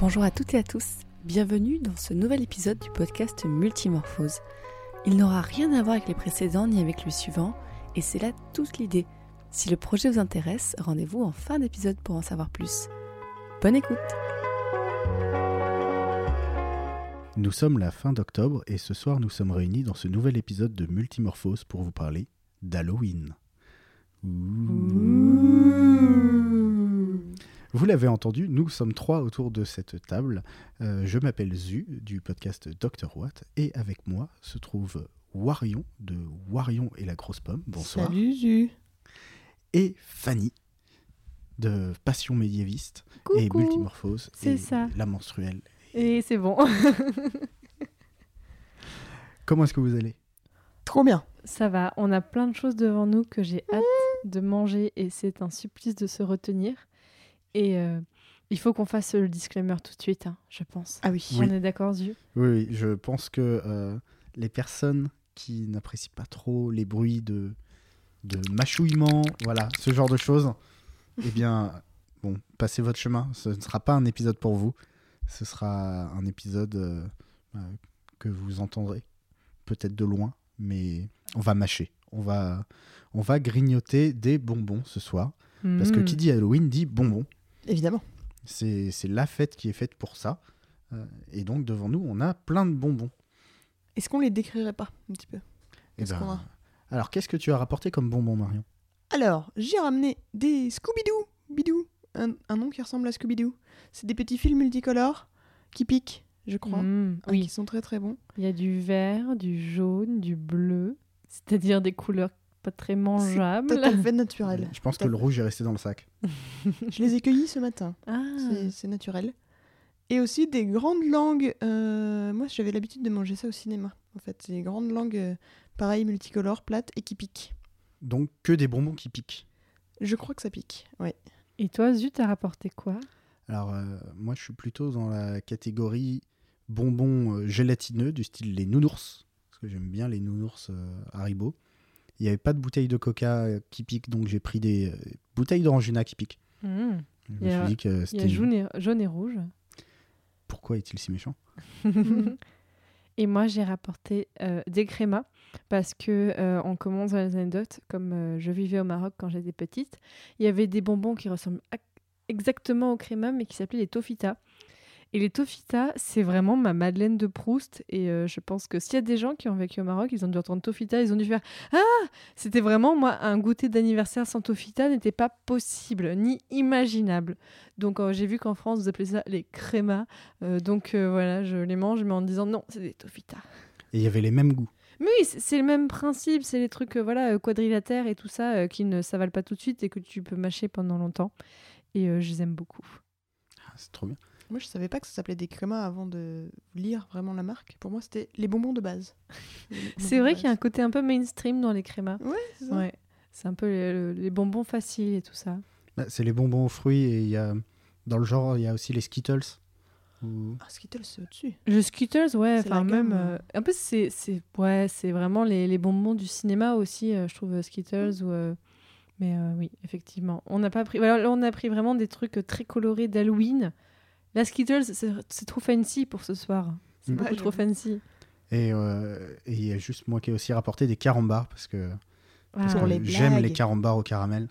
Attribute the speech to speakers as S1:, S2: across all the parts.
S1: Bonjour à toutes et à tous, bienvenue dans ce nouvel épisode du podcast Multimorphose. Il n'aura rien à voir avec les précédents ni avec le suivant, et c'est là toute l'idée. Si le projet vous intéresse, rendez-vous en fin d'épisode pour en savoir plus. Bonne écoute
S2: Nous sommes la fin d'octobre et ce soir nous sommes réunis dans ce nouvel épisode de Multimorphose pour vous parler d'Halloween. Vous l'avez entendu, nous sommes trois autour de cette table. Euh, je m'appelle Zu du podcast Dr Watt et avec moi se trouve Warion de Warion et la grosse pomme. Bonsoir.
S3: Salut Zu.
S2: Et Fanny de Passion médiéviste et
S3: Coucou.
S2: Multimorphose
S3: c'est
S2: et
S3: ça.
S2: la menstruelle.
S3: Et c'est bon.
S2: Comment est-ce que vous allez
S4: Trop bien.
S3: Ça va, on a plein de choses devant nous que j'ai hâte de manger et c'est un supplice de se retenir. Et euh, il faut qu'on fasse le disclaimer tout de suite, hein, je pense.
S4: Ah oui.
S2: Oui.
S3: On est d'accord, Zu
S2: Oui, oui, je pense que euh, les personnes qui n'apprécient pas trop les bruits de, de mâchouillement, voilà, ce genre de choses, eh bien, bon, passez votre chemin. Ce ne sera pas un épisode pour vous. Ce sera un épisode euh, euh, que vous entendrez, peut-être de loin, mais on va mâcher. On va, on va grignoter des bonbons ce soir. Parce que
S3: Mm.
S2: qui dit Halloween dit bonbons.
S4: Évidemment.
S2: C'est c'est la fête qui est faite pour ça. Euh, et donc, devant nous, on a plein de bonbons.
S4: Est-ce qu'on les décrirait pas un petit peu
S2: Eh
S4: Qu'est-ce
S2: ben,
S4: qu'on a
S2: Alors, qu'est-ce que tu as rapporté comme bonbon, Marion
S4: Alors, j'ai ramené des Scooby-Doo. Bidou. Un, un nom qui ressemble à Scooby-Doo. C'est des petits fils multicolores qui piquent, je crois.
S3: Mm,
S4: hein, Qui
S3: Oui,
S4: sont très très bons.
S3: il y a du vert, du jaune, du bleu, c'est-à-dire des couleurs pas très
S4: Tout
S3: mangeables.
S4: à fait naturel.
S2: Je pense que le rouge est resté dans le sac.
S4: Je les ai cueillis ce matin.
S3: Ah,
S4: C'est- C'est naturel. Et aussi des grandes langues. euh, moi, j'avais l'habitude de manger ça au cinéma. En fait, c'est des grandes langues, euh, pareil, multicolores, plates et qui piquent.
S2: Donc, que des bonbons qui piquent.
S4: Je crois que ça pique. Ouais.
S3: Et toi, Zu, t'as rapporté quoi
S2: Alors, euh, moi, je suis plutôt dans la catégorie bonbons euh, gélatineux, du style les nounours. Parce que j'aime bien les nounours euh, Haribo. Il n'y avait pas de bouteille de coca euh, qui pique, donc j'ai pris des euh, bouteilles d'orangina qui piquent.
S3: Mm.
S2: Je
S3: Il y
S2: me
S3: a-
S2: suis dit que
S3: Il y a
S2: c'était.
S3: jaune et, jaune et rouge.
S2: Pourquoi est-il si méchant
S3: Et moi, j'ai rapporté euh, des crémas parce que euh, on commence dans les anecdotes. Comme euh, je vivais au Maroc quand j'étais petite, il y avait des bonbons qui ressemblent ac- exactement aux crémas mais qui s'appelaient les tofitas. Et les tofitas, c'est vraiment ma Madeleine de Proust. Et euh, je pense que s'il y a des gens qui ont vécu au Maroc, ils ont dû entendre tofita, ils ont dû faire Ah C'était vraiment, moi, un goûter d'anniversaire sans tofita n'était pas possible, ni imaginable. Donc euh, j'ai vu qu'en France, vous appelez ça les crémas. Euh, donc euh, voilà, je les mange, mais en disant non, c'est des tofitas.
S2: Et il y avait les mêmes goûts.
S3: Mais oui, c'est c'est le même principe, c'est les trucs euh, voilà euh, quadrilatères et tout ça euh, qui ne s'avalent pas tout de suite et que tu peux mâcher pendant longtemps. Et euh, je les aime beaucoup.
S2: Ah, C'est trop bien.
S4: Moi, je savais pas que ça s'appelait des crémas avant de lire vraiment la marque. Pour moi, c'était les bonbons de base. Les bonbons
S3: C'est
S4: de
S3: vrai
S4: base.
S3: qu'il y a un côté un peu mainstream dans les crémas.
S4: C'est ça.
S3: Ouais, c'est un peu les, les bonbons faciles et tout ça.
S2: Bah, c'est les bonbons aux fruits et il y a, dans le genre, il y a aussi les Skittles. Ou-
S4: Ah, Skittles, c'est au-dessus.
S3: Le Skittles, ouais,
S4: C'est la
S3: enfin même.
S4: gamme,
S3: euh, un peu, c'est c'est- ouais, c'est vraiment les, les bonbons du cinéma aussi, euh, je trouve euh, Skittles ou. euh, mais euh, oui, effectivement, on n'a pas pris. voilà, là, on a pris vraiment des trucs euh, très colorés d'Halloween. La Skittles, c'est c'est trop fancy pour ce soir. C'est
S2: Ouais,
S3: beaucoup trop fancy.
S2: Et euh, et il y a juste moi qui ai aussi rapporté des carambars parce que, parce
S4: Ah. Pour
S2: que
S4: les
S2: j'aime
S4: blagues.
S2: les carambars au caramel.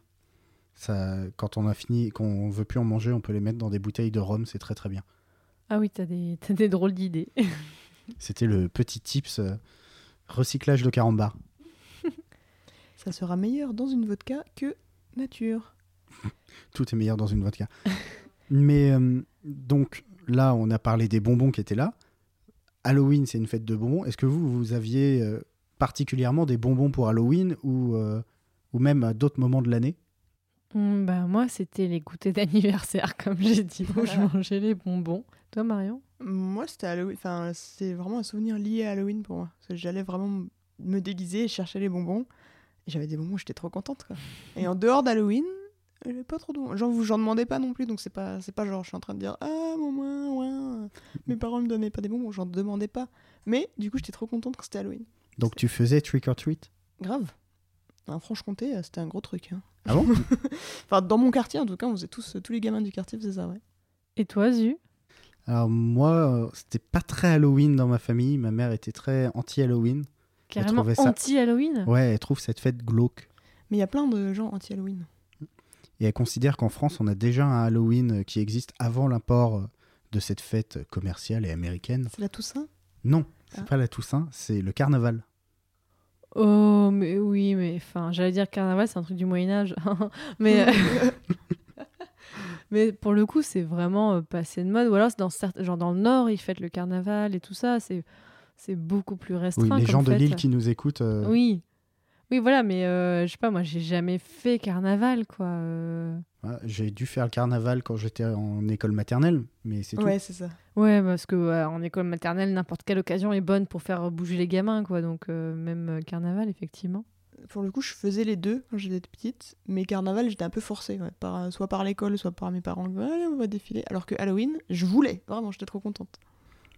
S2: Ça, quand on a fini, qu'on veut plus en manger, on peut les mettre dans des bouteilles de rhum, c'est très très bien.
S3: Ah oui, t'as des, t'as des drôles d'idées.
S2: C'était le petit tips euh, recyclage de carambars.
S4: Ça sera meilleur dans une vodka que nature.
S2: Tout est meilleur dans une vodka. Mais euh, donc là, on a parlé des bonbons qui étaient là. Halloween, c'est une fête de bonbons. Est-ce que vous, vous aviez euh, particulièrement des bonbons pour Halloween ou, euh, ou même à d'autres moments de l'année
S3: Hum, bah, moi, c'était les goûters d'anniversaire, comme j'ai dit, où je mangeais les bonbons. Toi, Marion
S4: Moi, c'était Halloween. Enfin, c'est vraiment un souvenir lié à Halloween pour moi. Parce que j'allais vraiment m- me déguiser et chercher les bonbons. Et J'avais des bonbons, j'étais trop contente. Quoi. Et en dehors d'Halloween, j'avais pas trop de bonbons. Genre, vous, j'en demandais pas non plus. Donc, c'est pas, c'est pas genre, je suis en train de dire Ah, maman, ouais. Mes parents me donnaient pas des bonbons, j'en demandais pas. Mais du coup, j'étais trop contente quand c'était Halloween.
S2: Donc tu faisais trick or treat
S4: Grave. En Franche-Comté, euh, c'était un gros truc. hein.
S2: Ah bon
S4: Enfin, dans mon quartier, en tout cas, on faisait tous, tous les gamins du quartier faisaient ça, ouais.
S3: Et toi, Zu
S2: Alors moi, euh, c'était pas très Halloween dans ma famille. Ma mère était très anti-Halloween.
S3: Carrément
S2: trouvait ça-
S3: anti-Halloween
S2: Ouais, elle trouve cette fête glauque.
S4: Mais il y a plein de gens anti-Halloween.
S2: Et elle considère qu'en France, on a déjà un Halloween euh, qui existe avant l'import euh, de cette fête commerciale et américaine.
S4: C'est la Toussaint
S2: Non, c'est
S4: Ah.
S2: pas la Toussaint, c'est le carnaval.
S3: Oh, mais oui, mais enfin, j'allais dire carnaval, c'est un truc du Moyen-Âge. mais, euh, mais pour le coup, c'est vraiment euh, passé de mode. Ou alors, c'est dans, certes- genre dans le Nord, ils fêtent le carnaval et tout ça. C'est c'est beaucoup plus
S2: Oui,
S3: restreint.
S2: les
S3: comme
S2: gens de
S3: fête.
S2: Lille qui nous écoutent, euh,
S3: Oui. Oui, voilà, mais euh, je sais pas, moi, j'ai jamais fait carnaval, quoi. euh.
S2: ouais, j'ai dû faire le carnaval quand j'étais en école maternelle, mais c'est tout.
S4: Ouais, c'est ça.
S3: Ouais, parce que ouais, en école maternelle, n'importe quelle occasion est bonne pour faire bouger les gamins, quoi. Donc, euh, même euh, carnaval, effectivement.
S4: Pour le coup, je faisais les deux quand j'étais petite, mais carnaval, j'étais un peu forcée, ouais, par, euh, soit par l'école, soit par mes parents. Ouais, Allez, on va défiler. Alors que Halloween, je voulais, vraiment, j'étais trop contente.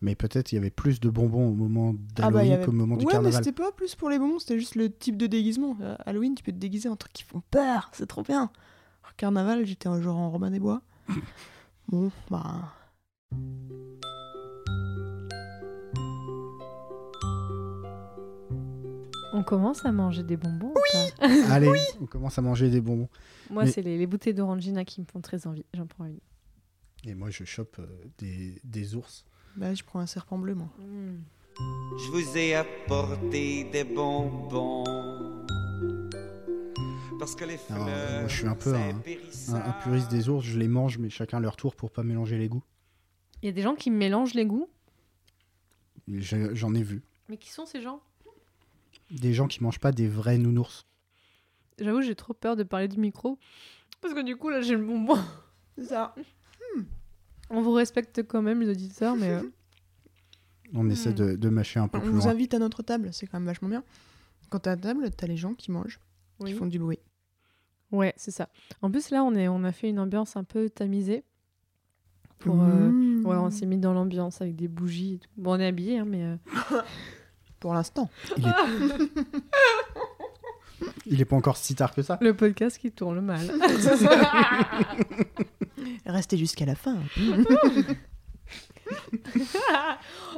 S2: Mais peut-être il y avait plus de bonbons au moment
S4: Ah bah,
S2: d'Halloween
S4: il y avait-
S2: qu'au moment du
S4: ouais, mais
S2: carnaval.
S4: c'était pas plus pour les bonbons, c'était juste le type de déguisement. Euh, Halloween, tu peux te déguiser en trucs qui font peur, c'est trop bien. Alors, carnaval, j'étais un genre en Robin des Bois. bon, bah.
S3: On commence à manger des bonbons. ou pas
S2: Allez, on commence à manger des bonbons.
S3: Moi,
S2: Mais-
S3: c'est les, les bouteilles d'orangina qui me font très envie. J'en prends une.
S2: Et moi, je chope euh, des, des ours.
S4: Bah, je prends un serpent bleu, moi.
S5: Je vous ai apporté des bonbons. Parce que les
S2: Alors,
S5: fleurs.
S2: euh, moi, je suis un peu un- Un, un puriste des ours, je les mange, mais chacun leur tour pour pas mélanger les goûts.
S3: Il y a des gens qui mélangent les goûts.
S2: Et j'ai- J'en ai vu.
S3: Mais qui sont ces gens
S2: Des gens qui mangent pas des vrais nounours.
S3: J'avoue, j'ai trop peur de parler du micro. Parce que du coup, là, j'ai le bonbon.
S4: C'est ça.
S3: On vous respecte quand même, les auditeurs, mais. euh,
S2: On essaie de, de mâcher un peu
S4: On
S2: plus
S4: vous
S2: loin.
S4: invite à notre table, c'est quand même vachement bien. Quand t'es à table, t'as les gens qui mangent,
S3: oui.
S4: qui font du bruit.
S3: Ouais, c'est ça. En plus, là, on, est, on a fait une ambiance un peu tamisée. Pour, euh,
S4: Mmh.
S3: Ouais, on s'est mis dans l'ambiance avec des bougies et tout. Bon, on est habillés, hein, mais. euh,
S4: Pour l'instant.
S2: Il est pas encore si tard que ça.
S3: Le podcast qui tourne mal.
S4: Restez jusqu'à la fin.
S3: ah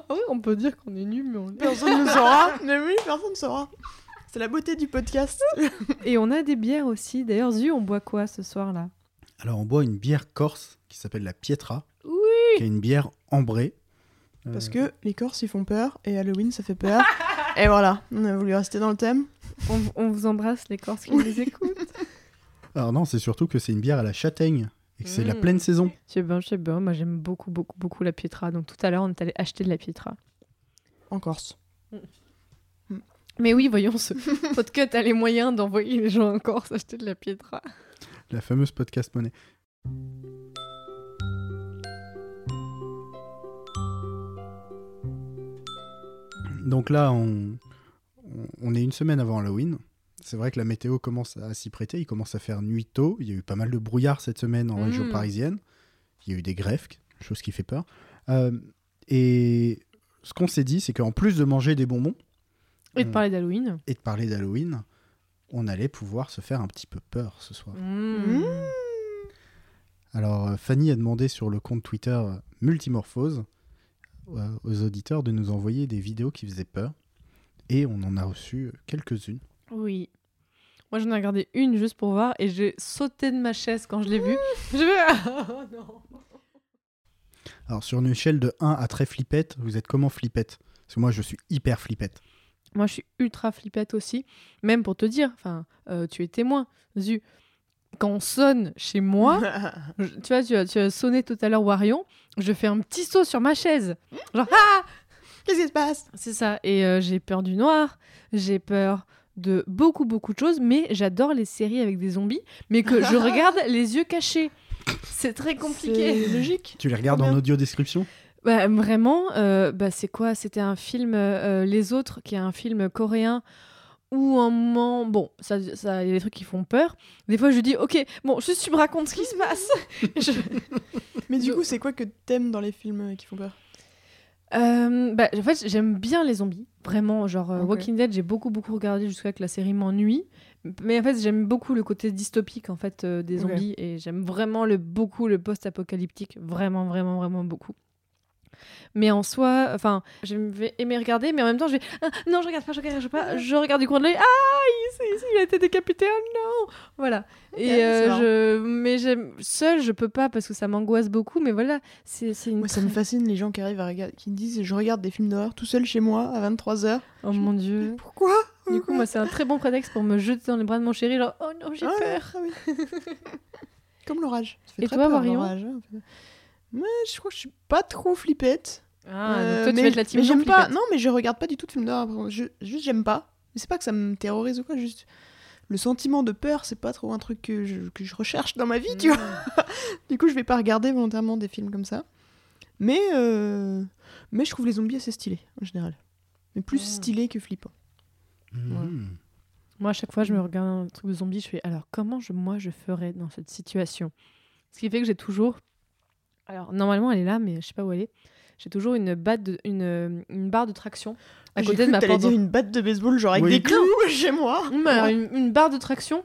S3: oui, on peut dire qu'on est nus, mais on
S4: Personne ne saura. Mais oui, personne ne saura. C'est la beauté du podcast.
S3: Euh. Et on a des bières aussi. D'ailleurs, Zu, on boit quoi ce soir-là
S2: Alors, on boit une bière corse qui s'appelle la Pietra.
S3: Oui.
S2: Qui est une bière ambrée. Euh,
S4: Parce que les Corses, ils font peur, et Halloween, ça fait peur. Et voilà, on a voulu rester dans le thème.
S3: on, on vous embrasse, les Corses qui nous écoutent.
S2: Alors, non, c'est surtout que c'est une bière à la châtaigne. Et que c'est la
S3: Mm.
S2: pleine saison.
S3: C'est bien, c'est bien. Moi, j'aime beaucoup, beaucoup, beaucoup la pietra. Donc, tout à l'heure, on est allé acheter de la pietra.
S4: En Corse.
S3: Mais oui, voyons, ce podcast a les moyens d'envoyer les gens en Corse acheter de la pietra.
S2: La fameuse podcast monnaie. Donc là, on, on- on est une semaine avant Halloween. C'est vrai que la météo commence à s'y prêter. Il commence à faire nuit tôt. Il y a eu pas mal de brouillard cette semaine en région
S3: Mm.
S2: parisienne. Il y a eu des greffes, chose qui fait peur. Euh, et ce qu'on s'est dit, c'est qu'en plus de manger des bonbons
S3: Et de
S2: Mm.
S3: parler d'Halloween.
S2: et de parler d'Halloween, on allait pouvoir se faire un petit peu peur ce soir.
S3: Mm.
S2: Alors, euh, Fanny a demandé sur le compte Twitter euh, Multimorphose euh, aux auditeurs de nous envoyer des vidéos qui faisaient peur. Et on en a reçu euh, quelques-unes.
S3: Oui. Moi, j'en ai regardé une juste pour voir et j'ai sauté de ma chaise quand je l'ai vue. Je vais. Oh non.
S2: Alors, sur une échelle de 1 à très flippette, vous êtes comment flippette Parce que moi, je suis hyper flippette.
S3: Moi, je suis ultra flippette aussi. Même pour te dire, enfin, euh, tu es témoin, Zu. Quand on sonne chez
S4: Mm.
S3: moi, je- tu vois, tu as, tu as sonné tout à l'heure Warion, je fais un petit saut sur ma chaise. Genre, ah
S4: Qu'est-ce qui se passe
S3: C'est ça. Et euh, j'ai peur du noir, j'ai peur de beaucoup, beaucoup de choses, mais j'adore les séries avec des zombies, mais que je regarde les yeux cachés. C'est très compliqué.
S4: C'est logique.
S2: Tu les regardes en
S4: Combien
S2: audio description
S3: Bah, vraiment, euh, bah, c'est quoi C'était un film, euh, euh, Les Autres, qui est un film coréen où un moment, bon, ça, ça, il y a des trucs qui font peur. Des fois, je dis, ok, bon, juste tu me racontes ce qui se passe. Je-
S4: Mais du coup, c'est quoi que t'aimes dans les films qui font peur
S3: Euh, bah, en fait, j'aime bien les zombies, vraiment. Genre euh,
S4: Ok.
S3: Walking Dead, j'ai beaucoup beaucoup regardé jusqu'à que la série m'ennuie. Mais en fait, j'aime beaucoup le côté dystopique en fait euh, des
S4: Ok.
S3: zombies et j'aime vraiment le beaucoup le post-apocalyptique, vraiment vraiment vraiment beaucoup. Mais en soi, enfin, je vais aimer regarder, mais en même temps, je vais. Ah, non, je regarde pas, je regarde pas. Je regarde du coin de l'œil. Ah, il, s'est- il a été décapité. Ah non Voilà. Et
S4: Ok, c'est
S3: euh,
S4: marrant.
S3: je. Mais j'aime- seule, je peux pas parce que ça m'angoisse beaucoup, mais voilà. C'est c'est une.
S4: Moi, ça me fascine les gens qui arrivent à regarder, qui disent je regarde des films d'horreur tout seul chez moi à Euh, 23h.
S3: Oh mon dieu.
S4: Pourquoi
S3: Du coup, moi, c'est un très bon prétexte pour me jeter dans les bras de mon chéri, genre, oh non, j'ai
S4: Ah,
S3: peur.
S4: ah oui. Comme l'orage. Ça fait
S3: Et
S4: très
S3: toi,
S4: peur,
S3: Marion
S4: l'orage, hein. Mais je crois que je suis pas trop flippette.
S3: Ah,
S4: Euh,
S3: donc toi, tu
S4: mais-
S3: vas être la team
S4: mais
S3: non
S4: j'aime pas.
S3: flippette.
S4: Non, mais je regarde pas du tout de films d'horreur. Je- Juste, j'aime pas. Mais c'est pas que ça me terrorise ou quoi. Juste, le sentiment de peur, c'est pas trop un truc que je, que je recherche dans ma vie,
S3: Mm.
S4: tu vois. Du coup, je vais pas regarder volontairement des films comme ça. Mais, euh, mais je trouve les zombies assez stylés en général. Mais plus
S3: Mm.
S4: stylés que flippants.
S2: Mhm.
S3: Moi, à chaque fois, je me regarde un truc de zombie, je fais alors comment je, moi je ferais dans cette situation Ce qui fait que j'ai toujours. Alors, normalement, elle est là, mais je sais pas où elle est. J'ai toujours une, batte de- une, euh, une barre de traction à
S4: J'ai
S3: côté de
S4: cru
S3: ma
S4: que t'allais
S3: porte.
S4: dire une batte de baseball, genre avec
S2: Oui.
S4: des clous chez moi.
S3: Non, mais alors, une, une barre de traction,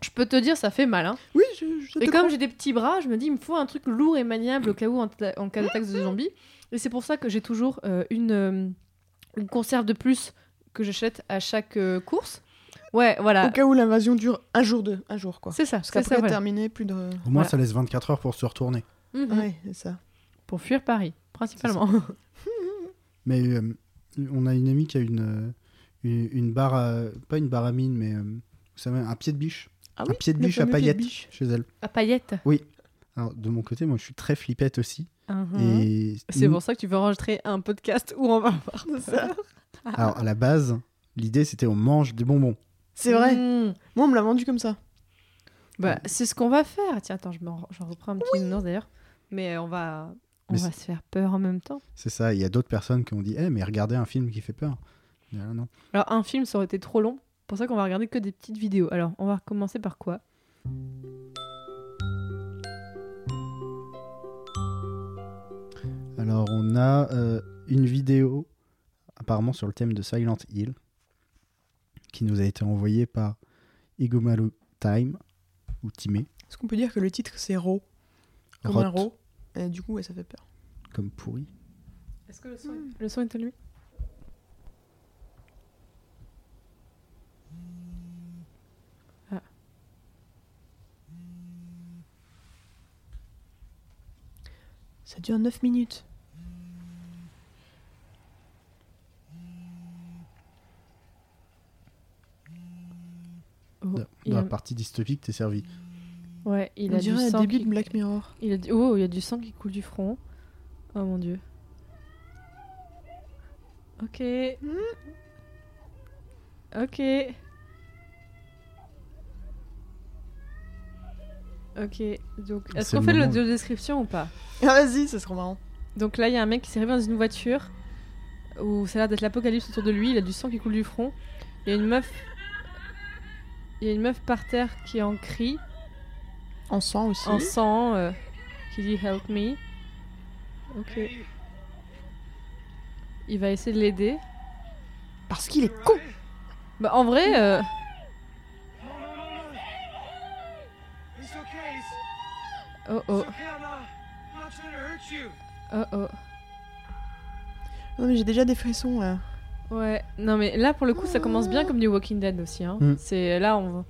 S3: je peux te dire, ça fait mal. Hein.
S4: Oui, je, je te
S3: Et comme
S4: crois.
S3: j'ai des petits bras, je me dis, il me faut un truc lourd et maniable au cas où en, ta- en cas d'attaque de zombie. Et c'est pour ça que j'ai toujours euh, une, euh, une conserve de plus que j'achète à chaque euh, course. Ouais, voilà.
S4: Au cas où l'invasion dure un jour, deux, un jour quoi.
S3: C'est ça,
S4: Parce
S3: c'est ça.
S4: qu'après,
S3: voilà.
S4: terminé, plus de.
S2: Au moins,
S3: Voilà.
S2: ça laisse 24 heures pour se retourner.
S3: Mhm.
S4: Ouais, c'est ça.
S3: Pour fuir Paris, principalement.
S2: Mais euh, on a une amie qui a une, euh, une, une barre, à- pas une barre à mine, mais euh, vous savez, un pied de biche.
S4: Ah
S2: un pied de
S4: le
S2: biche à
S4: fameux pied de
S2: paillettes
S4: biche.
S2: chez elle.
S3: À paillettes.
S2: Alors, de mon côté, moi, je suis très flippette aussi.
S3: Mhm.
S2: Et
S3: C'est pour ça que tu veux enregistrer un podcast où on va Ah. voir de ça.
S2: Alors, à la base, l'idée, c'était on mange des bonbons.
S4: C'est vrai.
S3: Mhm.
S4: Moi, on me l'a vendu comme ça.
S3: Bah, c'est ce qu'on va faire. Tiens, attends, je m'en- j'en reprends un petit nom d'ailleurs. Mais euh, on va, on
S2: Mais
S3: va se faire peur en même temps.
S2: C'est ça. Il y a d'autres personnes qui ont dit Eh, mais regardez un film qui fait peur. Mais là, non.
S3: Alors, un film, ça aurait été trop long. Pour ça qu'on va regarder que des petites vidéos. Alors, on va commencer par quoi
S2: Alors, on a euh, une vidéo, apparemment sur le thème de Silent Hill, qui nous a été envoyée par Igomaru Time, ou Timé,
S4: Est-ce qu'on peut dire que le titre c'est Ro Comme un
S2: Rot,
S4: Ro. Et du coup, ouais, ça fait peur.
S2: comme pourri.
S3: Est-ce que le son, le son est allumé Ah.
S4: Ça dure 9 minutes.
S3: Oh,
S2: Dans
S3: il
S2: dans
S3: a-
S2: la partie dystopique, t'es servi.
S3: Ouais, il
S4: On
S3: a du
S4: dirait un
S3: sang
S4: début
S3: qui-
S4: de Black Mirror.
S3: Il a du- Oh, il y a du sang qui coule du front. Oh mon dieu. Ok. Ok. Ok, donc est-ce
S2: C'est
S3: qu'on
S2: le
S3: fait
S2: moment.
S3: l'audio description ou pas
S4: Ah, vas-y, ça serait marrant.
S3: Donc là, il y a un mec qui s'est réveillé dans une voiture où ça a l'air d'être l'apocalypse autour de lui. Il a du sang qui coule du front. Il y a une meuf. Il y a une meuf par terre qui en crie
S4: En sang aussi.
S3: en sang euh, qui dit help me. Ok. Il va essayer de l'aider.
S4: Parce qu'il est con
S3: Bah en vrai, euh,
S5: Non, non, non, non. It's okay, it's,
S3: oh oh
S5: okay. I'm not, I'm not trying to hurt you.
S3: oh oh.
S4: Non, mais j'ai déjà des frissons là.
S3: Ouais. Non mais là pour le coup, ça commence
S4: Ah.
S3: bien comme du Walking Dead aussi. Hein.
S2: Mm.
S3: C'est là on.
S2: En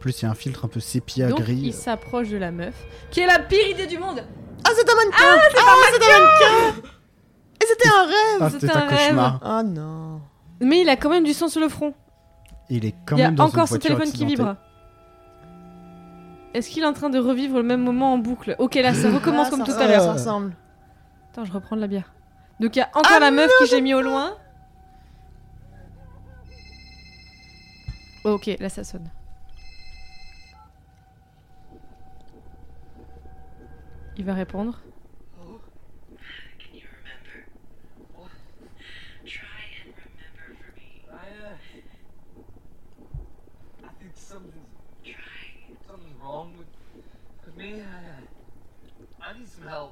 S2: plus, il y a un filtre un peu sépia
S3: Donc
S2: gris. euh.
S3: il s'approche de la meuf, qui est la pire idée du monde.
S4: Ah, c'est un mannequin Ah, c'est un mannequin Et c'était un rêve
S2: Ah,
S3: c'est
S2: c'était
S3: un
S2: un cauchemar.
S4: Ah non.
S3: Mais il a quand même du sang sur le front.
S2: Et il est quand
S3: Il y a
S2: même dans
S3: encore
S2: une
S3: ce
S2: voiture
S3: téléphone qui
S2: accidentée.
S3: vibre. Est-ce qu'il est en train de revivre le même moment en boucle Ok, là, ça recommence
S4: Ah,
S3: comme
S4: ça-
S3: tout
S4: ah,
S3: à l'heure.
S4: Ça Ah, ressemble.
S3: Attends, je reprends de la bière. Donc il y a encore la meuf qui j'ai mis au loin. Ok, là ça sonne. Il va répondre.
S5: I, uh, I think something's, something's wrong with, with me. I, uh, I need some help.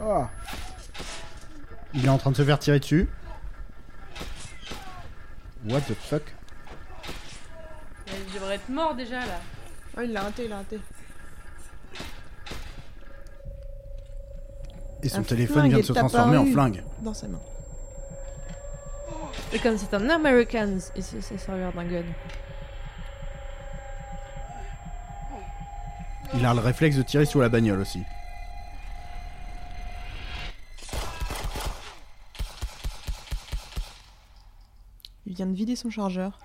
S2: Ah. Il est en train de se faire tirer dessus. What the fuck
S3: Il devrait être mort déjà là.
S4: Ah, il l'a raté, il l'a raté.
S2: Et son
S4: Un
S2: téléphone
S4: flingue
S2: vient de
S4: est
S2: se transformer en
S4: apparu.
S2: flingue.
S4: dans sa main.
S3: Et comme c'est un American, il se, ça se regarde d'un gun.
S2: Il a le réflexe de tirer sur la bagnole aussi.
S4: Il vient de vider son chargeur.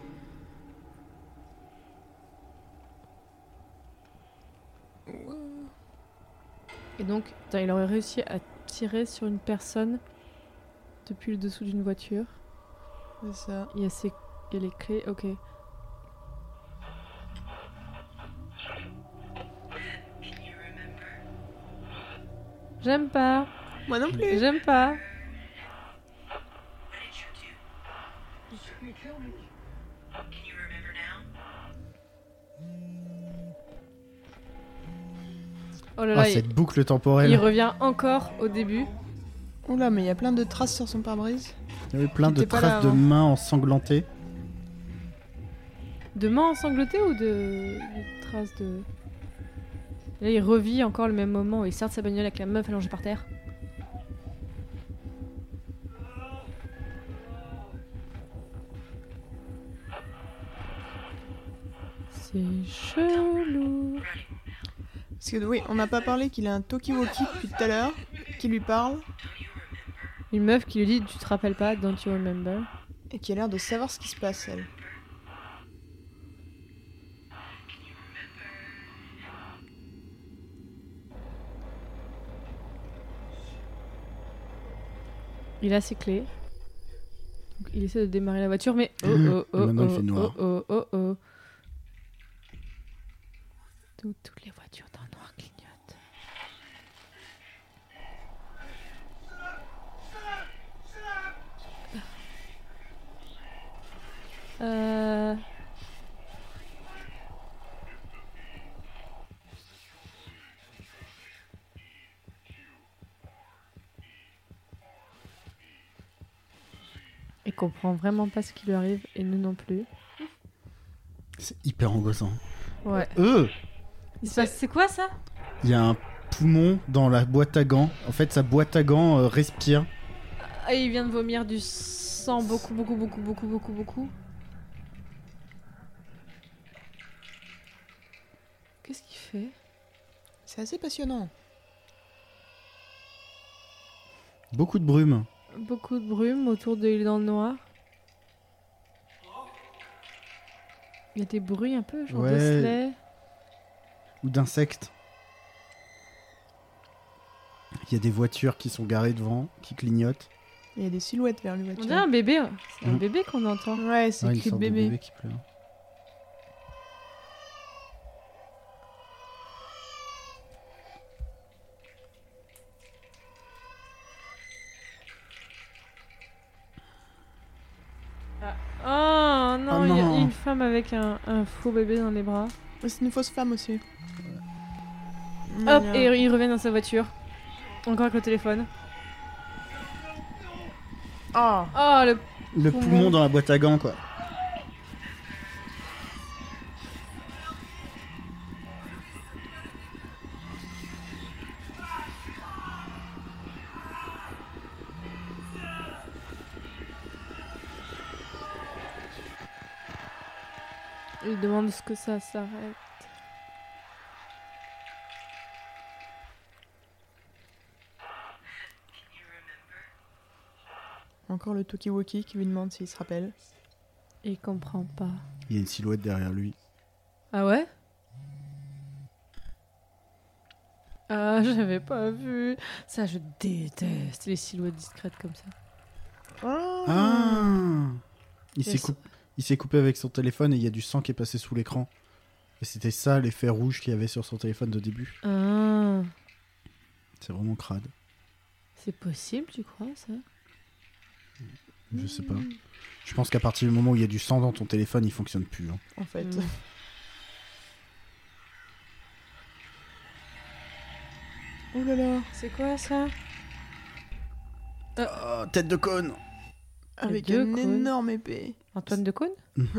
S3: Et donc, putain, il aurait réussi à tirer sur une personne depuis le dessous d'une voiture.
S4: C'est ça.
S3: Il y a, ses... il y a les clés, ok. J'aime pas,
S4: Moi non plus.
S3: j'aime pas. Oh là
S2: Ah,
S3: là,
S2: cette
S3: il,
S2: boucle
S3: il
S2: temporelle.
S3: revient encore au début.
S4: Oula, mais il y a plein de traces sur son pare-brise.
S2: Il y avait plein de
S4: T'étais pas
S2: traces
S4: là hein.
S2: de
S4: avant.
S2: mains ensanglantées.
S3: De mains ensanglotées ou de, de traces de. Là, il revit encore le même moment où il sort de sa bagnole avec la meuf allongée par terre. C'est chelou.
S4: Parce que oui, on n'a pas parlé qu'il a un talkie-walkie depuis tout à l'heure qui lui parle
S3: Une meuf qui lui dit Tu te rappelles pas, don't you remember
S4: et qui a l'air de savoir ce qui se passe, elle.
S3: Il a ses clés. Donc, il essaie de démarrer la voiture, mais. Oh
S2: Mmh.
S3: oh oh
S2: Maintenant, il
S3: oh,
S2: fait noir.
S3: oh oh oh oh. Tout- toutes les voitures dans le noir clignotent. Euh. Il comprend vraiment pas ce qui lui arrive et nous non plus.
S2: C'est hyper angoissant.
S3: Ouais.
S2: Euh,
S3: Il se passe. C'est quoi ça
S2: il y a un poumon dans la boîte à gants. En fait, sa boîte à gants euh, respire.
S3: Ah, il vient de vomir du sang beaucoup, beaucoup, beaucoup, beaucoup, beaucoup, beaucoup. Qu'est-ce qu'il fait
S4: C'est assez passionnant.
S2: Beaucoup de brume.
S3: Beaucoup de brume autour de l'île dans le noir. Il y a des bruits un peu, genre
S2: Ouais.
S3: d'osselets.
S2: ou d'insectes. Il y a des voitures qui sont garées devant, qui clignotent.
S4: Il y a des silhouettes vers le
S3: On dirait un
S4: voiture.
S3: bébé. C'est un
S2: Mm.
S3: bébé qu'on entend.
S4: Ouais, c'est
S2: Ah, une
S4: écrit
S2: sorte de
S4: bébé.
S2: qui pleure.
S3: Oh non,
S2: Oh
S3: il y a
S2: non.
S3: une femme avec un, un faux bébé dans les bras.
S4: Ouais, C'est une fausse femme aussi.
S3: Hop,
S4: Voilà.
S3: et il revient dans sa voiture. Encore avec le téléphone.
S4: Ah.
S3: Oh, le
S2: Le
S3: Poumon.
S2: poumon dans la boîte à gants, quoi.
S3: Il demande ce que ça s'arrête.
S4: Encore le talkie-walkie qui lui demande s'il se rappelle.
S3: Il comprend pas.
S2: Il y a une silhouette derrière lui.
S3: Ah ouais Ah, j'avais pas vu. Ça, je déteste les silhouettes discrètes comme ça.
S2: Ah Il
S3: Yes.
S2: s'est coup- il s'est coupé avec son téléphone et il y a du sang qui est passé sous l'écran. Et c'était ça l'effet rouge qu'il y avait sur son téléphone de début.
S3: Ah,
S2: C'est vraiment crade.
S3: c'est possible, tu crois, ça
S2: Je sais pas. Je pense qu'à partir du moment où il y a du sang dans ton téléphone, il fonctionne plus. hein.
S4: En fait.
S3: Mm.
S4: Oh là là.
S3: C'est quoi, ça
S2: Ah, tête de conne
S4: Avec
S3: deux
S4: une
S3: cônes.
S4: énorme épée.
S3: Antoine de Caunes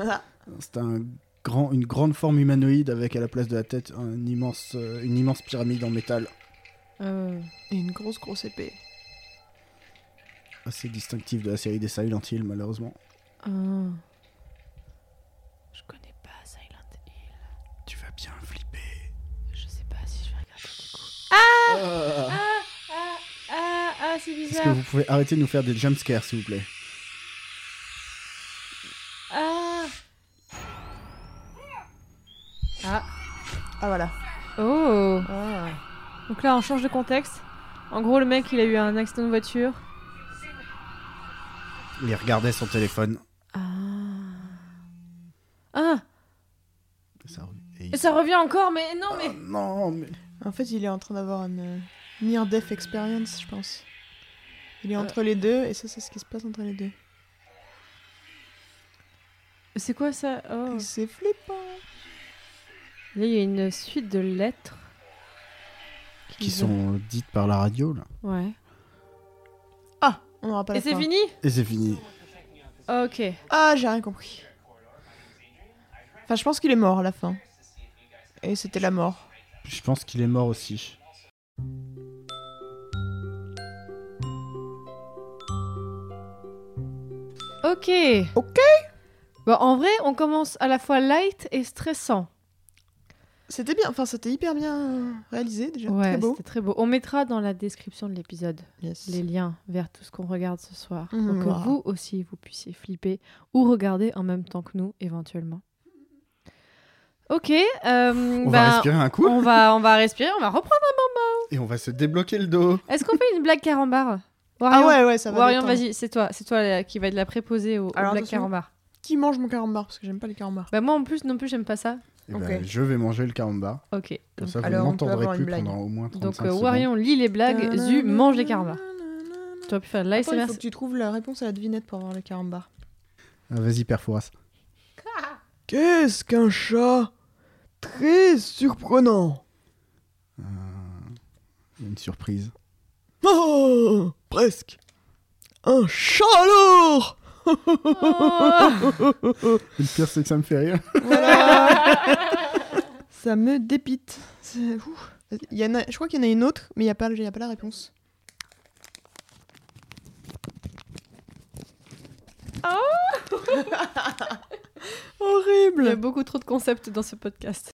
S4: Ah,
S2: C'est un grand, une grande forme humanoïde avec à la place de la tête un immense, euh, une immense pyramide en métal.
S3: Euh,
S4: Et une grosse, grosse épée.
S2: Assez distinctif de la série des Silent Hill, malheureusement.
S3: ah.
S1: Je connais pas Silent Hill.
S2: Tu vas bien flipper.
S1: Je sais pas si je vais regarder.
S3: Ah, ah,
S2: Est-ce
S3: c'est
S2: que
S3: bizarre.
S2: vous pouvez arrêter de nous faire des jumpscares, s'il vous plaît
S3: Ah. Ah.
S4: Ah, voilà.
S3: Oh.
S4: Ah.
S3: Donc là, on change de contexte. En gros, le mec, il a eu un accident de voiture.
S2: Il regardait son téléphone.
S3: Ah. Ah.
S2: Ça- et il-
S3: Et ça revient encore, mais non, mais.
S2: Ah, non, mais...
S4: En fait, il est en train d'avoir une euh, near-death experience, je pense. Il est
S3: Euh.
S4: entre les deux, et ça, c'est ce qui se passe entre les deux.
S3: C'est quoi ça oh.
S4: Et C'est flippant.
S3: Là, il y a une suite de lettres.
S2: Qui sont euh, dites par la radio, là.
S3: Ouais.
S4: Ah, on n'aura pas la
S3: Et c'est
S4: fin.
S3: fini
S2: Et c'est fini.
S3: Ok.
S4: Ah, j'ai rien compris. Enfin, je pense qu'il est mort à la fin. Et c'était la mort.
S2: Je pense qu'il est mort aussi.
S3: Ok.
S4: Ok.
S3: Bon, en vrai, on commence à la fois light et stressant.
S4: C'était bien, enfin, c'était hyper bien réalisé déjà.
S3: ouais,
S4: Très beau.
S3: c'était très beau. On mettra dans la description de l'épisode
S4: Yes.
S3: les liens vers tout ce qu'on regarde ce soir
S4: Mhm.
S3: pour que
S4: Wow.
S3: vous aussi vous puissiez flipper ou regarder en même temps que nous éventuellement. Ok. euh,
S2: On va
S3: bah,
S2: respirer un coup
S3: on va on va respirer, on va reprendre.
S2: et on va se débloquer le dos.
S3: Est-ce qu'on fait une blague carambar
S4: Ah
S3: Warion,
S4: ouais, ouais, ça va.
S3: Warion,
S4: détendre.
S3: vas-y, c'est toi, c'est toi la- qui va être la préposée au, au
S4: Alors,
S3: blague
S4: attention.
S3: carambar.
S4: Qui mange mon carambar Parce que j'aime pas les carambars.
S3: Bah moi en plus non plus j'aime pas ça.
S2: Et ben,
S4: Ok.
S2: je vais manger le carambar.
S3: Ok.
S2: Comme ça, vous
S4: alors, on peut avoir
S2: m'entendrez
S4: une
S2: plus
S4: blague.
S2: pendant au moins 35
S3: Donc euh,
S2: secondes.
S3: Warion lit les blagues, Zu mange les carambars. Tu
S4: Attends,
S3: aurais pu faire de
S4: il
S3: l'ASMR.
S4: faut que tu trouves la réponse à la devinette pour avoir le carambar.
S2: Ah, Vas-y, Perforas.
S4: Qu'est-ce qu'un chat Très surprenant.
S2: Euh, Une surprise.
S4: Oh Presque. Un chat alors
S3: Oh
S2: Et Le pire, c'est que ça me fait rire.
S4: Ça me dépite. C'est- ouh. Il y en a, je crois qu'il y en a une autre, mais il n'y a, pas- il y a pas la réponse. Oh.
S3: Horrible Il y a beaucoup trop de concepts dans ce podcast.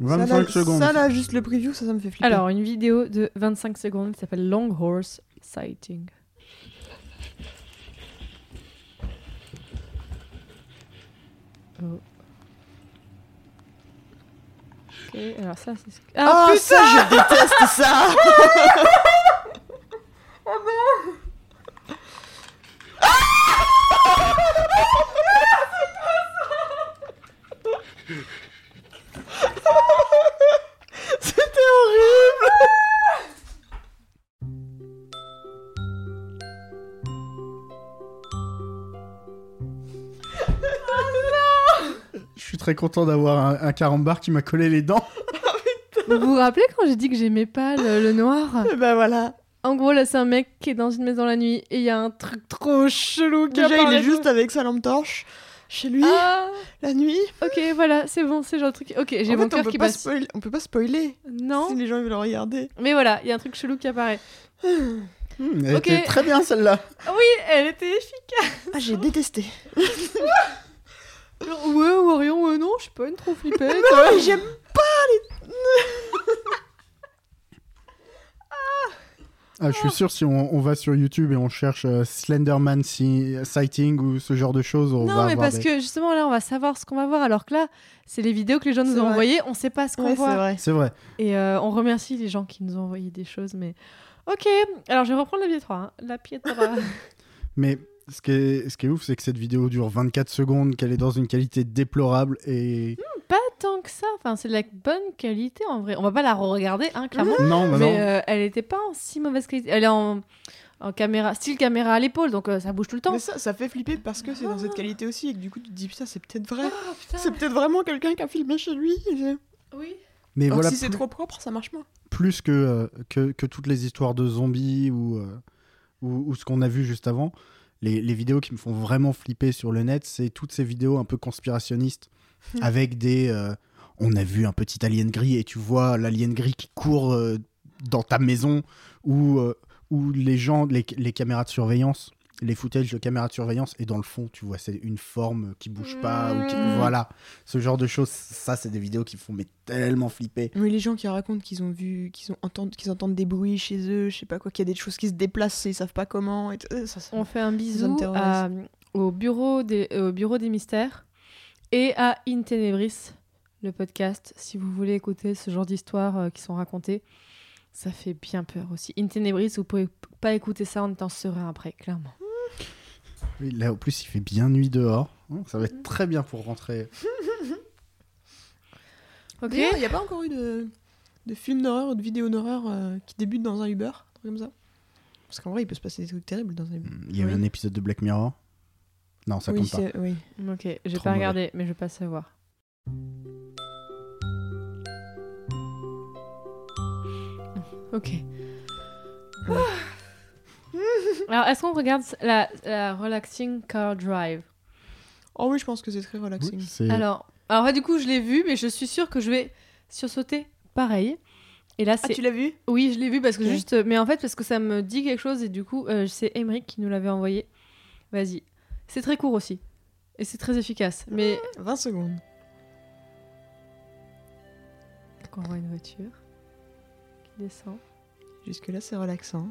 S4: Ça,
S2: 25
S4: là,
S2: secondes.
S4: Ça, là, juste le preview, ça, ça me fait flipper.
S3: Alors, une vidéo de 25 secondes qui s'appelle Long Horse Sighting. Oh. Ok, alors ça, c'est... ce que- Ah,
S4: Ah, ça, je déteste ça C'était horrible
S2: Je suis très content d'avoir un, un carambar qui m'a collé les dents.
S4: Ah
S3: Vous vous rappelez quand j'ai dit que j'aimais pas le, le noir
S4: Et ben voilà.
S3: En gros, là, c'est un mec qui est dans une maison la nuit et il y a un truc trop chelou qui
S4: Déjà, il
S3: apparaît.
S4: est juste avec sa lampe torche chez lui,
S3: Ah,
S4: la nuit.
S3: ok, voilà, c'est bon, c'est genre le truc. Ok, j'ai
S4: En
S3: mon
S4: fait, on
S3: cœur
S4: peut
S3: qui
S4: pas
S3: passe.
S4: spoil- On peut pas spoiler.
S3: Non,
S4: Si les gens veulent regarder.
S3: mais voilà, il y a un truc chelou qui apparaît.
S2: Hmm, elle
S3: Ok.
S2: était très bien, celle-là.
S3: Ah Oui, elle était efficace.
S4: Ah, j'ai détesté.
S3: Ouais, Orion, ouais, non, je suis pas une trop flippée.
S4: Non, mais j'aime
S2: Ah, je suis sûr, si on, on va sur YouTube et on cherche euh, Slenderman si- sighting ou ce genre de choses, on va
S3: non, mais
S2: avoir
S3: parce
S2: des-
S3: que justement, là, on va savoir ce qu'on va voir, alors que là, c'est les vidéos que les gens nous
S4: C'est
S3: ont
S4: vrai.
S3: envoyées, on sait pas ce qu'on
S4: Ouais, c'est
S3: voit.
S4: vrai.
S2: C'est vrai.
S3: Et euh, on remercie les gens qui nous ont envoyé des choses, mais. Ok, alors je vais reprendre la Pietra. hein. La Pietra.
S2: Mais ce qui est, ce qui est ouf, c'est que cette vidéo dure 24 secondes, qu'elle est dans une qualité déplorable et...
S3: tant que ça. Enfin, c'est de la bonne qualité en vrai. On va pas la regarder, hein, clairement.
S2: Non, bah non.
S3: mais euh, elle était pas en si mauvaise qualité. Elle est en, en caméra, style caméra à l'épaule, donc euh, ça bouge tout le temps.
S4: Mais ça, ça fait flipper parce que c'est dans cette qualité aussi et que du coup tu te dis putain c'est peut-être vrai.
S3: Ah, putain.
S4: C'est peut-être vraiment quelqu'un qui a filmé chez lui.
S3: Oui.
S2: Mais
S4: Et
S2: voilà,
S4: si c'est
S2: plus-
S4: trop propre ça marche moins.
S2: plus que, euh, que, que toutes les histoires de zombies ou, euh, ou, ou ce qu'on a vu juste avant, les, les vidéos qui me font vraiment flipper sur le net, c'est toutes ces vidéos un peu conspirationnistes avec des. euh, on a vu un petit alien gris et tu vois l'alien gris qui court euh, dans ta maison ou euh, ou les gens, les, les caméras de surveillance, les footages de caméras de surveillance et dans le fond, tu vois, c'est une forme qui bouge pas ou qui-
S3: Mhm.
S2: voilà, ce genre de choses. Ça, c'est des vidéos qui me font mais tellement flipper.
S4: Mais les gens qui racontent qu'ils ont vu, qu'ils ont entend- qu'ils entendent des bruits chez eux, je sais pas quoi, qu'il y a des choses qui se déplacent et ils savent pas comment. Et tout, euh, ça, ça-
S3: On fait un
S4: Ça me
S3: bisou
S4: terrorise.
S3: à- au, bureau des, euh, au Bureau des Mystères et à In Tenebris, le podcast. Si vous voulez écouter ce genre d'histoires euh, qui sont racontées, ça fait bien peur aussi. In Tenebris, vous pouvez p- pas écouter ça en étant serein après, clairement.
S2: Oui, Là, en plus, il fait bien nuit dehors. Hein, Ça va
S3: Mhm.
S2: être très bien pour rentrer.
S3: Ok
S4: D'ailleurs, il n'y a pas encore eu de, de film d'horreur ou de vidéo d'horreur euh, qui débute dans un Uber, un truc comme ça Parce qu'en vrai, il peut se passer des trucs terribles dans un Uber.
S2: Hmm, Il y a eu
S4: Oui.
S2: un épisode de Black Mirror. Non, ça
S4: oui,
S2: compte pas.
S4: c'est- oui.
S3: Ok, j'ai
S2: Trop
S3: pas
S2: mauvais.
S3: regardé, mais je passe à voir. Ok. Alors, est-ce qu'on regarde la, la Relaxing Car Drive
S4: Oh oui, je pense que c'est très
S2: Oui,
S4: relaxing.
S2: c'est-
S3: Alors, alors ouais, du coup, je l'ai vu, mais je suis sûre que je vais sursauter pareil. Et là,
S4: Ah,
S3: c'est.
S4: tu l'as vu
S3: oui, je l'ai vu parce que
S4: Ok.
S3: juste. Mais en fait, parce que ça me dit quelque chose et du coup, euh, c'est Emmerich qui nous l'avait envoyé. Vas-y. C'est très court aussi. Et c'est très efficace. Mais
S4: 20 secondes. Ah.
S3: Donc on voit une voiture qui descend.
S4: Jusque-là, c'est relaxant.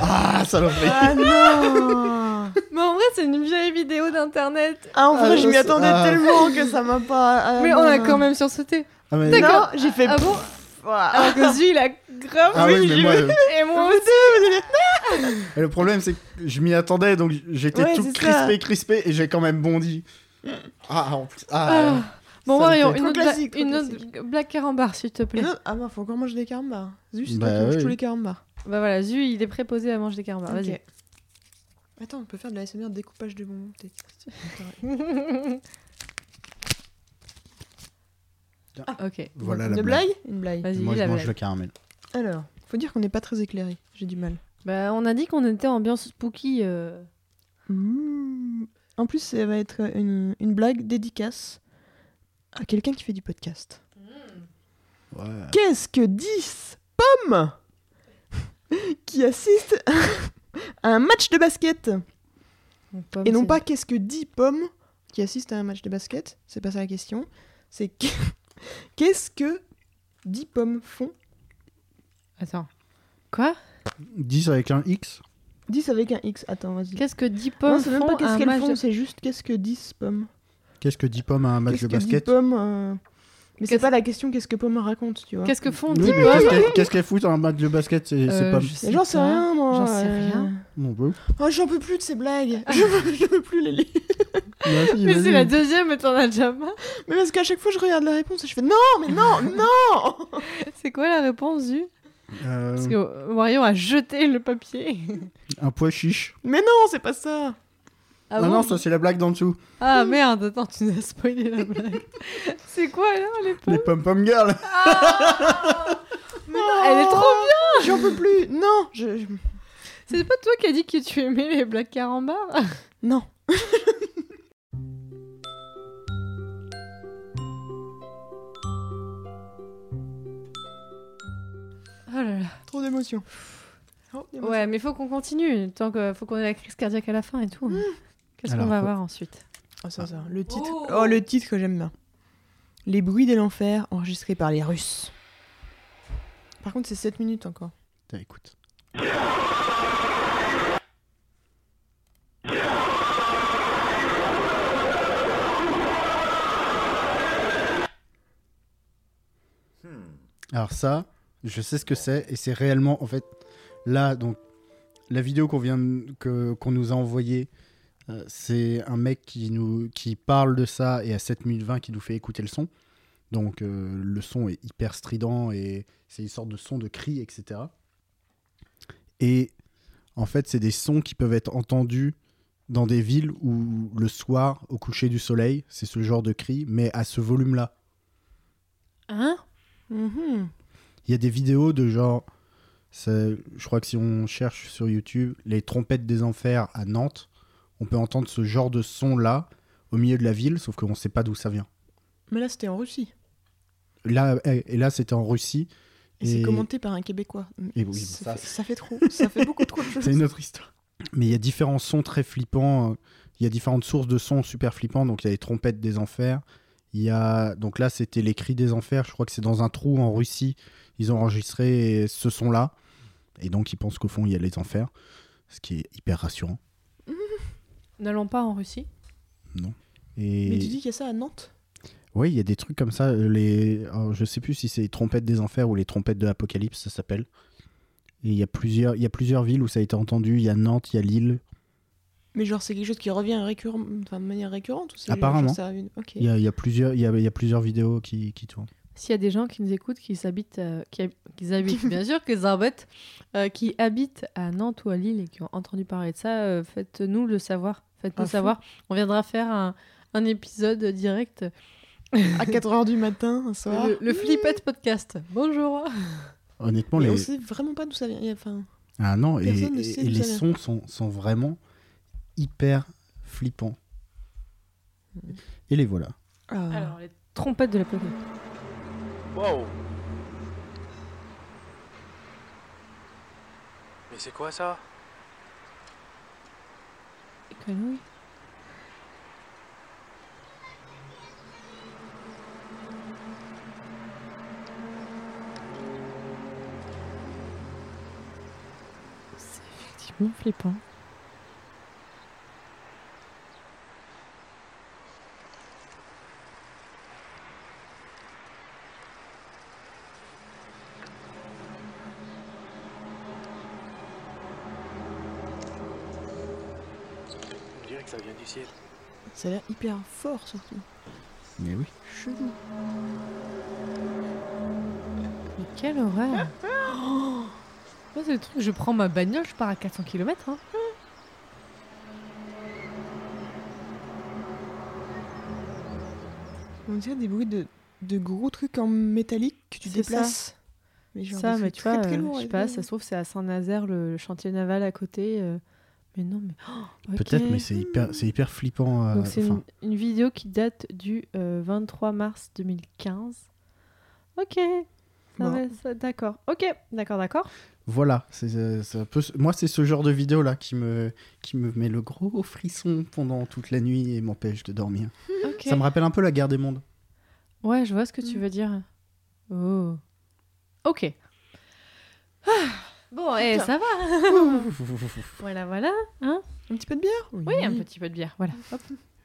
S2: Ah, saloperie
S4: Ah non
S3: Mais en vrai, c'est une vieille vidéo d'internet.
S4: Ah, en vrai,
S2: Ah,
S4: je m'y
S2: c'est-
S4: attendais
S2: ah.
S4: tellement que ça m'a pas.
S3: Mais on a quand même sursauté.
S2: Ah, mais-
S3: D'accord.
S4: D'accord, j'ai fait.
S3: Ah bon
S4: Voilà.
S3: Alors que Zu, il a grave.
S2: Ah oui, mais moi, euh,
S3: Et moi aussi.
S2: et le problème, c'est que je m'y attendais, donc j'étais
S4: Ouais,
S2: tout
S4: c'est
S2: crispé,
S4: ça.
S2: crispé, et j'ai quand même bondi. Ah, en plus- ah,
S3: Ah. Bon,
S2: Ça me
S3: Marion,
S2: fait-
S3: une
S4: Trop
S3: autre, bla-
S4: classique, trop
S3: une autre
S4: classique.
S3: black carambar, s'il te plaît.
S4: Et non, ah bah, faut encore manger des carambars. Juste,
S2: Bah
S4: mange
S2: oui.
S4: tous les carambars.
S3: Bah voilà, Zu, il est préposé à manger des Bah, carambars.
S4: Ok. Attends, on peut faire de la SMR découpage de bonbons, peut-être.
S3: Vas-y. ok.
S2: Voilà
S4: Une
S2: la blague.
S4: blague Une blague.
S3: Vas-y,
S2: Moi, je
S3: la
S2: mange
S3: blague.
S2: le caramel.
S4: Alors, faut dire qu'on n'est pas très éclairé. J'ai du mal.
S3: Bah, on a dit qu'on était ambiance spooky. euh.
S4: En plus, ça va être une, une blague dédicace à quelqu'un qui fait du podcast.
S2: Ouais.
S4: Qu'est-ce que 10 pommes qui assistent à un match de basket
S3: Donc, pomme,
S4: Et non
S3: c'est-
S4: pas qu'est-ce que 10 pommes qui assistent à un match de basket C'est pas ça la question. C'est que- qu'est-ce que 10 pommes font
S3: Attends. Quoi
S2: 10 avec un X
S4: 10 avec un X, attends, vas-y.
S3: Qu'est-ce que 10
S4: Non,
S3: pommes
S4: c'est même
S3: font
S4: pas
S3: à
S4: qu'est-ce
S3: un
S4: qu'elles
S3: match
S4: font,
S3: de-
S4: c'est juste qu'est-ce que 10 pommes.
S2: Qu'est-ce que 10 pommes à un match
S4: Qu'est-ce
S2: de
S4: que 10
S2: basket
S4: pommes euh, Mais c'est
S3: Qu'est-ce-
S4: pas la question qu'est-ce que pomme raconte, tu vois.
S3: Qu'est-ce que font
S2: Oui,
S3: 10
S2: mais
S3: pommes
S2: Qu'est-ce qu'elle- qu'est-ce qu'elle fout à un match de basket C'est c'est
S3: Euh,
S2: pas.
S3: je sais
S4: Mais J'en sais
S3: pas.
S4: rien, moi.
S3: J'en sais
S4: euh.
S3: rien.
S2: Mon beau.
S4: Oh, j'en peux plus de ces blagues. je, veux, je veux plus les lire.
S2: Vas-y,
S3: Mais
S2: vas-y.
S3: c'est la deuxième, mais t'en as déjà marre.
S4: Mais parce qu'à chaque fois, je regarde la réponse et je fais non, mais non, non
S3: C'est quoi la réponse, Zu
S2: Euh,
S3: Parce que Marion a jeté le papier.
S2: Un pois chiche.
S4: Mais non, c'est pas ça.
S3: Ah,
S2: non,
S3: bon
S2: non, ça c'est la blague d'en dessous.
S3: Ah, merde, attends, tu nous as spoilé la blague. c'est quoi là les pommes
S2: Les pom-pom girls.
S4: Non,
S3: Elle est trop
S4: bien Oh, J'en peux plus. Non, je. je-
S3: C'est pas toi qui as dit que tu aimais les blagues Oh carambars
S4: Non.
S3: Oh là là.
S4: Trop d'émotions. Trop d'émotions.
S3: Ouais, mais faut qu'on continue. Tant que faut qu'on ait la crise cardiaque à la fin et tout. Qu'est-ce qu'on
S2: Alors,
S3: va
S2: faut-
S3: voir ensuite
S4: Oh, ça, ça. Le titre.
S3: Oh.
S4: Oh, le titre que j'aime bien. Les bruits de l'enfer enregistrés par les Russes. Par contre, c'est 7 minutes encore.
S2: Putain, écoute. Hmm. Alors ça, je sais ce que c'est et c'est réellement en fait là donc la vidéo qu'on vient de- que qu'on nous a envoyée euh, c'est un mec qui nous qui parle de ça et à 7 minutes 20 qui nous fait écouter le son. Donc euh, le son est hyper strident et c'est une sorte de son de cri etc. Et en fait, c'est des sons qui peuvent être entendus dans des villes où le soir, au coucher du soleil, c'est ce genre de cri, mais à ce volume-là.
S3: Hein Mm-hmm.
S4: Mhm.
S2: Il y a des vidéos de genre, ça- je crois que si on cherche sur YouTube les trompettes des enfers à Nantes, on peut entendre ce genre de son là au milieu de la ville, sauf qu'on ne sait pas d'où ça vient.
S4: Mais là, c'était en Russie.
S2: Là, eh, et là, c'était en Russie.
S4: Et, c'est commenté par un Québécois. Mm.
S2: Et oui, ça,
S4: ça, fait, ça fait trop. ça fait beaucoup trop de choses.
S2: C'est une autre histoire. Mais il y a différents sons très flippants. euh, Il y a différentes sources de sons super flippants. Donc il y a les trompettes des enfers. Il y a donc là c'était les cris des enfers. Je crois que c'est dans un trou en Russie. Ils ont enregistré ce son-là. Et donc ils pensent qu'au fond il y a les enfers, ce qui est hyper rassurant.
S3: N'allons pas en Russie.
S2: Et
S4: Mais tu dis qu'il y a ça à Nantes
S2: oui, il y a des trucs comme ça. euh, Les, alors, je sais plus si c'est les trompettes des enfers ou les trompettes de l'apocalypse, ça s'appelle. Et il y a plusieurs, il y a plusieurs villes où ça a été entendu. Il y a Nantes, il y a Lille.
S4: Mais genre, c'est quelque chose qui revient récurrent, enfin, de manière récurrente ou c'est genre-
S2: Apparemment.
S4: genre ça a une- Ok.
S2: Il y a, il y a plusieurs, il y a, il y a plusieurs vidéos qui, qui tournent.
S3: S'il y a des gens qui nous écoutent, qui habitent, euh, qui, hab- qui habitent, bien sûr, que ça embête, euh, qui habitent à Nantes ou à Lille et qui ont entendu parler de ça, euh, faites-nous le savoir. Faites-nous
S4: À fond.
S3: savoir. On viendra faire un, un épisode direct.
S4: À 4h du matin, un soir.
S2: Euh,
S3: Le, le Flippette Podcast. Bonjour.
S2: Honnêtement,
S4: Mais
S2: les...
S4: on sait vraiment pas d'où ça vient. Il y a- Enfin,
S2: ah non, et,
S4: personne ne
S2: et-
S4: sait
S2: et
S4: d'où
S2: les
S4: ça
S2: sons sont, sont vraiment hyper flippants. Et les voilà.
S4: ah.
S3: Alors, les trompettes de la plaque.
S6: Wow Mais c'est quoi ça
S3: C'est effectivement flippant.
S6: On dirait que ça vient du ciel.
S4: ça a l'air hyper fort surtout.
S2: Mais oui.
S4: Chelou.
S3: Mais quelle horreur Ah. Moi, c'est le truc, je prends ma bagnole, je pars à 400 km. Hein.
S4: On dirait des bruits de, de gros trucs en métallique que tu
S3: C'est
S4: déplaces. Mais genre
S3: ça,
S4: des
S3: mais
S4: trucs
S3: tu
S4: très,
S3: vois,
S4: très
S3: euh,
S4: lourds
S3: je
S4: et
S3: sais pas,
S4: tout.
S3: ça se trouve, c'est à Saint-Nazaire, le chantier naval à côté. euh, Mais non, mais. Oh, ok.
S2: Peut-être, mais c'est hyper, c'est hyper flippant. euh,
S3: Donc, c'est
S2: enfin,
S3: une, une vidéo qui date du euh, 23 mars 2015. Ok. Ça
S4: Bon.
S3: va, ça- d'accord. Ok, d'accord, d'accord.
S2: Voilà. c'est, euh, c'est un peu ce- Moi, c'est ce genre de vidéo là qui me, qui me met le gros frisson pendant toute la nuit et m'empêche de dormir.
S3: Ok.
S2: Ça me rappelle un peu la guerre des mondes.
S3: Ouais, je vois ce que tu
S4: Mm.
S3: veux dire. Oh. Ok. Ah, Bon, eh,
S4: Putain.
S3: ça va. Voilà, voilà.
S4: Un petit peu de bière Oui,
S3: Oui, un petit peu de bière. Voilà. Hop.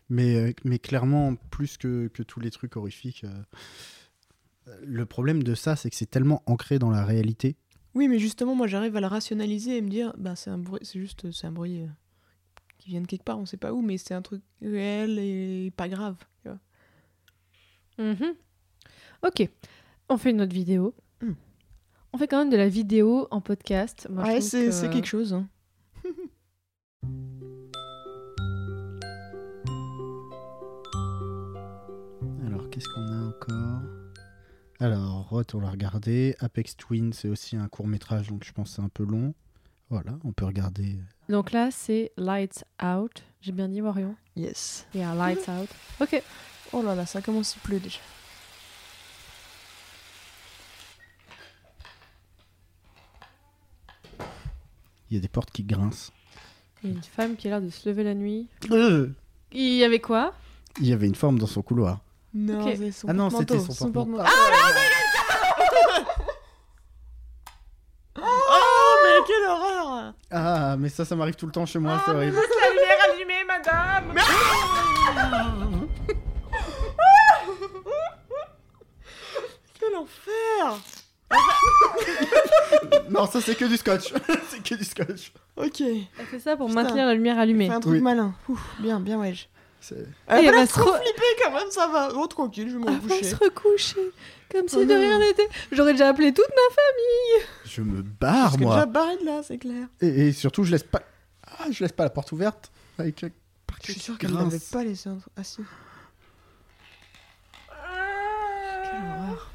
S2: Mais, euh, mais clairement, plus que, que tous les trucs horrifiques, euh, le problème de ça, c'est que c'est tellement ancré dans la réalité
S4: Oui, mais justement, moi j'arrive à le rationaliser et me dire, bah c'est un bruit, c'est juste, euh, c'est un bruit euh, qui vient de quelque part, on sait pas où, mais c'est un truc réel et pas grave. tu vois.
S3: Mhm. Ok. On fait une autre vidéo.
S4: Mm.
S3: On fait quand même de la vidéo en podcast. Moi, je
S4: ouais,
S3: trouve
S4: c'est
S3: que-
S4: c'est quelque chose. hein.
S2: Alors, qu'est-ce qu'on a encore Alors, Roth, on l'a regardé. Apex Twin, c'est aussi un court métrage, donc je pense que c'est un peu long. Voilà, on peut regarder.
S3: Donc là, c'est Lights Out. J'ai bien dit, Warion.
S4: Yes.
S3: Yeah, Lights Out. Ok.
S4: Oh là là, ça commence il pleut déjà.
S2: Il y a des portes qui grincent.
S3: Il y a une femme qui a l'air de se lever la nuit.
S2: Euh,
S3: Il y avait quoi
S2: Il y avait une forme dans son couloir.
S4: Non,
S3: Ok.
S4: c'est son
S2: Ah non,
S4: porte-manteau,
S2: c'était son porte-manteau.
S4: porte-manteau. Oh, mais quelle horreur
S2: Ah, mais ça, ça m'arrive tout le temps chez moi, c'est horrible.
S5: La lumière allumée, madame
S4: Quel enfer
S2: Non, ça, c'est que du scotch. c'est que du scotch.
S4: Ok,
S3: Elle fait ça pour
S4: Putain.
S3: maintenir la lumière allumée.
S4: fais un truc
S2: Oui.
S4: malin. Ouf, bien, bien, ouais.
S2: C'est-
S3: Et
S4: Ah, bah,
S3: Eh, elle va
S4: là,
S3: se
S4: trop
S3: re-
S4: flippé quand même, ça va. Oh, tranquille, je vais me
S3: Ah, Elle va
S4: coucher.
S3: se recoucher. Comme si
S4: Oh
S3: de
S4: non.
S3: rien n'était. J'aurais déjà appelé toute ma
S2: Je me
S4: Parce
S2: barre,
S4: que déjà
S2: moi.
S4: barré de là, c'est clair.
S2: Et, et surtout, je laisse pas. Ah, je laisse pas la porte ouverte. Avec...
S4: Je suis sûr qu'elle n'avait pas laissé un truc. Ah si. Quelle horreur.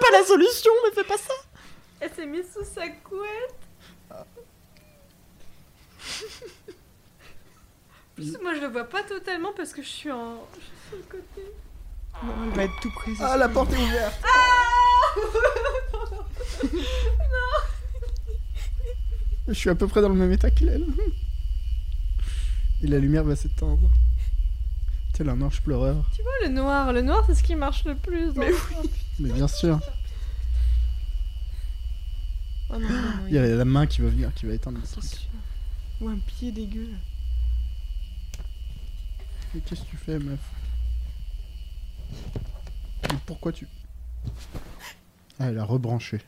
S4: pas la solution, mais fais pas ça.
S3: Elle s'est mise sous sa couette. Plus, moi, je le vois pas totalement parce que je suis en. Je suis sur le côté.
S4: Non, il va être tout près. c'est
S2: Ah,
S4: ça.
S2: la porte est ouverte Je suis à peu près dans le même état qu'il est. là. Et la lumière va s'éteindre. Tel un ange pleureur.
S3: Oh, le noir, le noir, c'est ce qui marche le plus. Mais
S2: Mais bien sûr,
S4: Oh non, non, non,
S2: il y a la main qui va venir, qui va éteindre le
S4: c'est
S2: truc.
S4: sûr. Ou un pied dégueu. là.
S2: Mais qu'est-ce que tu fais, meuf Mais pourquoi tu. Ah, elle a rebranché.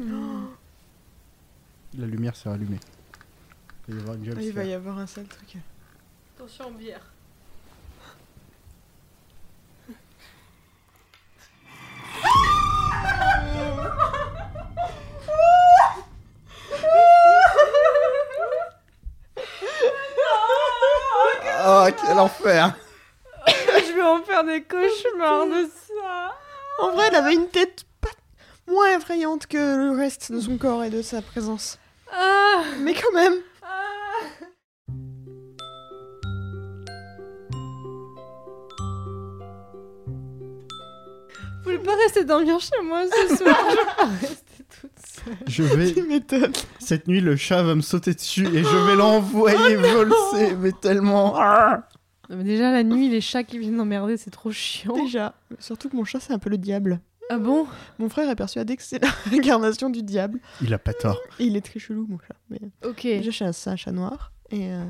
S2: Oh. La lumière s'est rallumée. Il va y avoir une
S4: Ah, il va
S2: jumpscare.
S4: y avoir un sale truc.
S3: Attention, bière. Ah
S2: Oh, quel enfer
S3: je vais en faire des cauchemars de ça.
S4: En vrai, elle avait une tête pas moins effrayante que le reste de son corps et de sa présence.
S3: Ah,
S4: Mais quand même.
S3: ah. Vous voulez pas rester dormir chez moi ce soir Je vais pas rester toute seule.
S2: Je vais.
S4: Tu m'étonnes.
S2: Cette nuit, le chat va me sauter dessus et je vais
S4: Oh
S2: l'envoyer voler, mais tellement.
S3: Non, mais déjà, la nuit, les chats qui viennent emmerder, c'est trop chiant.
S4: Déjà. Surtout que mon chat, c'est un peu le diable.
S3: Ah bon
S4: Mon frère est persuadé que c'est la réincarnation du diable.
S2: Il a pas tort.
S4: Et il est très chelou, mon chat. Mais...
S3: Ok.
S4: Déjà, c'est un- c'est un chat noir. Et. euh,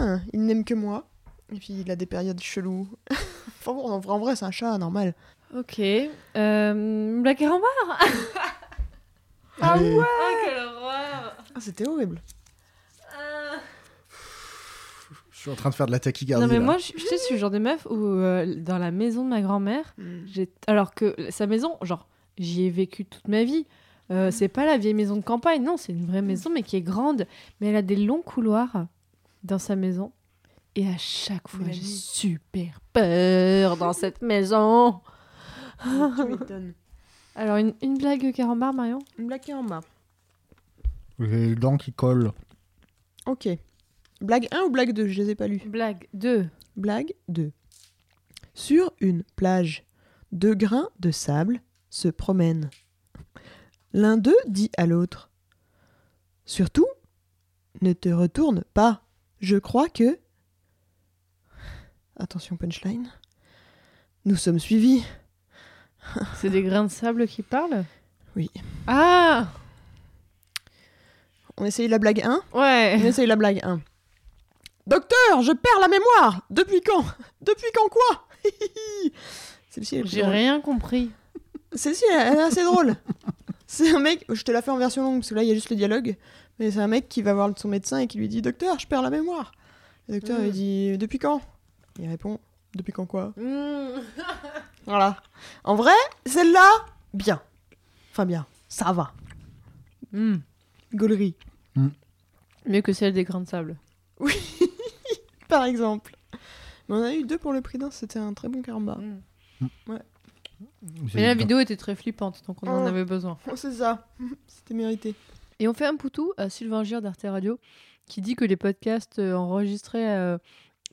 S4: hein, il n'aime que moi. Et puis, il a des périodes cheloues. enfin bon, en vrai, en vrai, c'est un chat normal.
S3: Ok. Euh, la carambar
S2: Allez.
S3: Ah, quelle horreur
S4: Ah, c'était horrible.
S3: Ah.
S2: Je suis en train de faire de la tachycardie.
S3: Non, mais
S2: Ah là.
S3: moi, je, je sais, je suis le genre de meuf où, euh, dans la maison de ma grand-mère, j'ai- alors que sa maison, genre, j'y ai vécu toute ma vie. Euh, c'est pas la vieille maison de campagne, non, c'est une vraie maison, mais qui est grande. Mais elle a des longs couloirs dans sa maison. Et à chaque fois,
S4: Mais la
S3: j'ai
S4: nuit.
S3: super peur dans cette maison. Alors, une, une blague carambar, Marion
S4: Une blague en bas.
S2: J'ai les dents qui collent.
S4: Ok. Blague 1 ou blague 2 Je les ai pas lues.
S3: Blague 2.
S4: Blague 2. Sur une plage, deux grains de sable se promènent. L'un d'eux dit à l'autre Surtout, ne te retourne pas. Je crois que. Attention, punchline. Nous sommes suivis.
S3: C'est des grains de sable qui parlent
S4: Oui.
S3: Ah
S4: On essaye la blague 1 On
S3: Ouais
S4: essaye la blague 1. Docteur, je perds la mémoire Depuis quand Depuis quand quoi Celle-ci, elle est
S3: J'ai
S4: drôle.
S3: rien compris.
S4: Celle-ci, elle, elle est assez drôle. C'est un mec, je te la fais en version longue parce que là il y a juste le dialogue, mais c'est un mec qui va voir son médecin et qui lui dit Docteur, je perds la mémoire. Le
S3: Mm.
S4: docteur lui dit Depuis quand Il répond Depuis quand quoi
S3: Mm.
S4: Voilà. En vrai, celle-là, bien. Enfin bien, ça va.
S3: Hmm.
S4: Gaulerie,
S3: Mieux que celle des grains de sable.
S4: par exemple. Mais on a eu deux pour le prix d'un, c'était un très bon
S3: Ah.
S4: karma.
S3: Mm.
S2: Vous
S3: Mais
S2: avez
S3: la
S2: les
S3: vidéo était très flippante, donc on en
S4: Oh.
S3: avait besoin.
S4: Oh, c'est ça, c'était mérité.
S3: Et on fait un poutou à Sylvain Gir d'Arte Radio qui dit que les podcasts euh, enregistrés euh,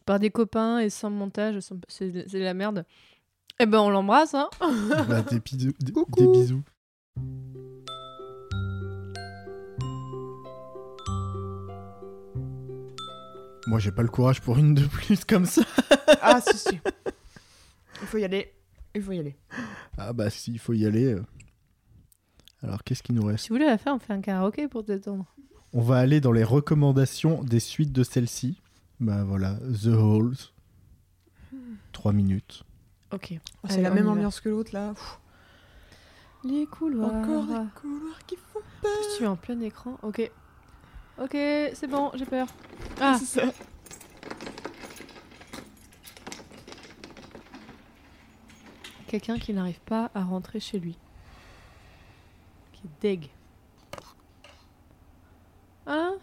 S3: par des copains et sans montage, sont- c'est de c'est de la merde. Eh ben on l'embrasse, hein
S2: dents. Bah, des, bisous- des-
S4: Coucou.
S2: des bisous. Moi, j'ai pas le courage pour une de plus comme ça.
S4: Ah, si, si. Il faut y aller. Il faut y aller.
S2: Ah, bah, s'il faut y aller. euh. Alors, qu'est-ce qui nous reste
S3: Si vous voulez la faire, on fait un karaoké pour détendre.
S2: On va aller dans les recommandations des suites de celle-ci. Bah voilà, The Halls. 3 minutes.
S3: Ok.
S4: Oh, c'est
S3: Allez,
S4: la
S3: on y
S4: même
S3: va.
S4: ambiance que l'autre là. Pff,
S3: Les couloirs.
S4: Encore des couloirs qui font.
S3: Je suis en plein écran. Ok. Ok, c'est bon, j'ai peur. Ah,
S4: C'est ça.
S3: quelqu'un qui n'arrive pas à rentrer chez lui. Qui est deg. Hein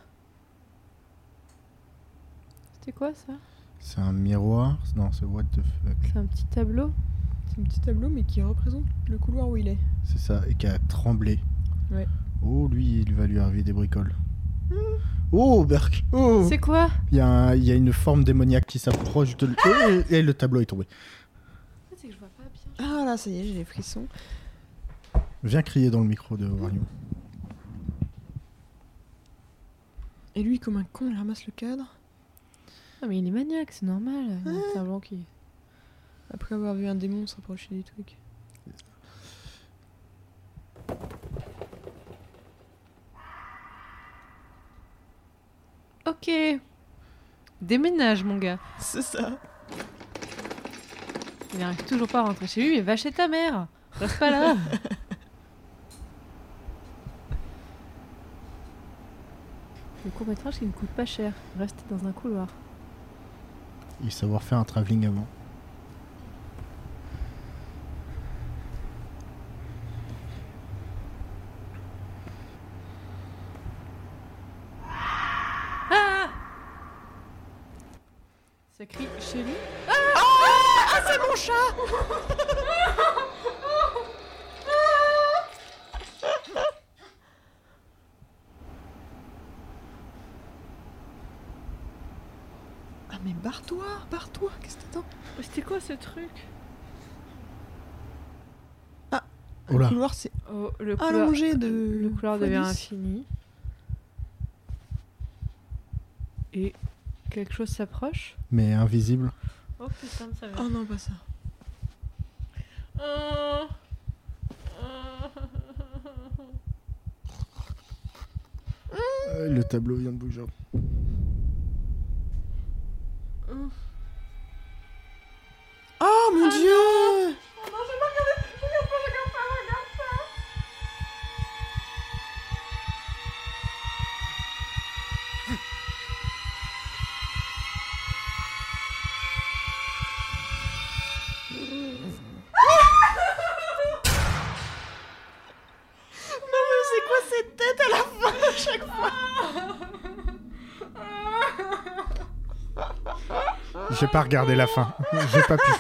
S3: C'est quoi ça
S2: C'est un miroir Non, c'est what the fuck.
S3: C'est un petit tableau
S4: C'est un petit tableau, mais qui représente le couloir où il est.
S2: C'est ça, et qui a tremblé.
S4: Ouais.
S2: Oh, lui, il va lui arriver des bricoles. Oh, Burke Oh
S3: Hmm. C'est quoi
S2: Il y, a un- il y a une forme démoniaque qui s'approche de.
S3: Ah
S2: Oh, et le tableau est tombé.
S3: C'est que je vois pas bien.
S4: Ah là, ça y est, j'ai les frissons.
S2: Viens crier dans le micro de Wario.
S4: Et lui, comme un con, il ramasse le cadre.
S3: Non Ah, mais il est maniaque, c'est normal. Il y a un tableau qui...
S4: Après avoir vu un démon se rapprocher du truc.
S3: Ok. Déménage mon gars.
S4: C'est ça.
S3: Il arrive toujours pas à rentrer chez lui, mais va chez ta mère. Reste pas là. Le court métrage qui ne coûte pas cher. Reste dans un couloir.
S2: Et savoir faire un travelling avant.
S3: Ça crie chez lui.
S4: Ah, mais barre-toi, barre-toi, qu'est-ce que t'attends
S3: C'était quoi ce truc
S2: Oh
S4: Le
S2: là
S4: couloir, c'est
S3: Oh, le couloir.
S4: allongé de.
S3: Le couloir
S4: fois
S3: devient
S4: 10.
S3: infini. Et quelque chose s'approche.
S2: Mais invisible.
S3: Oh putain, ça va.
S4: Oh non, pas ça.
S3: Ah.
S2: Euh, le tableau vient de bouger.
S4: Oh mon dieu
S2: J'ai pas regardé la fin. J'ai pas pu.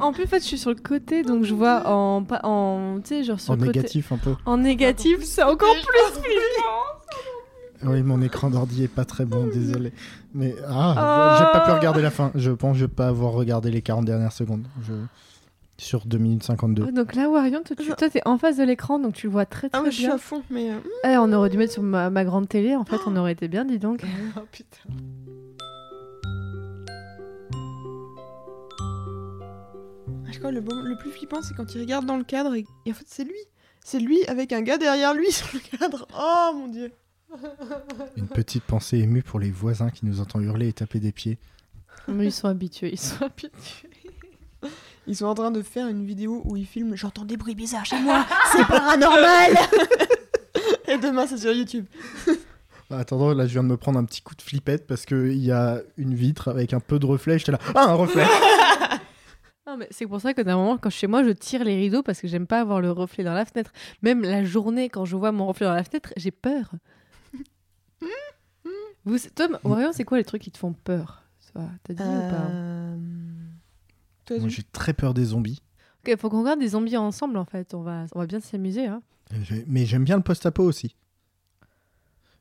S3: En plus, en fait, je suis sur le côté, donc je vois en, pa- en tu sais, genre sur
S2: En
S3: le côté.
S2: négatif un peu.
S3: En
S4: Ah,
S3: négatif, c'est encore plus flippant.
S2: Oui, mon écran d'ordi est pas très bon, désolé. Mais
S3: Ah.
S2: ah, j'ai pas pu regarder la fin. Je pense que je vais pas avoir regardé les 40 dernières secondes. Je... Sur 2 minutes 52.
S3: Oh, donc là, Warion, toi, tu- toi, t'es en face de l'écran, donc tu le vois très très
S4: Ah, mais je suis
S3: bien.
S4: à fond, mais. euh,
S3: Eh, on aurait dû mettre sur ma, ma grande télé, en fait, on aurait été bien, dis donc.
S4: Oh putain. Ah, Je crois que le, bon- le plus flippant, c'est quand il regarde dans le cadre et, et en fait, c'est lui. C'est lui avec un gars derrière lui sur le cadre. Oh mon dieu.
S2: Une petite pensée émue pour les voisins qui nous entendent hurler et taper des pieds.
S3: Mais ils sont habitués, ils sont habitués.
S4: Ils sont en train de faire une vidéo où ils filment J'entends des bruits bizarres chez moi, c'est paranormal Et demain, c'est sur YouTube.
S2: Ah, Attends, là je viens de me prendre un petit coup de flippette parce qu'il y a une vitre avec un peu de reflet. J'étais là, ah un reflet
S3: Non, mais c'est pour ça que d'un moment, quand je suis chez moi, je tire les rideaux parce que j'aime pas avoir le reflet dans la fenêtre. Même la journée, quand je vois mon reflet dans la fenêtre, j'ai peur. Vous, Tom, Orion, c'est quoi les trucs qui te font peur Ça, T'as dit ou pas
S4: Euh, toi,
S2: Moi
S4: Zou
S2: j'ai très peur des zombies.
S3: Ok, faut qu'on regarde des zombies ensemble en fait. On va, on va bien s'amuser. Hein.
S2: Et j'ai- Mais j'aime bien le post-apo aussi.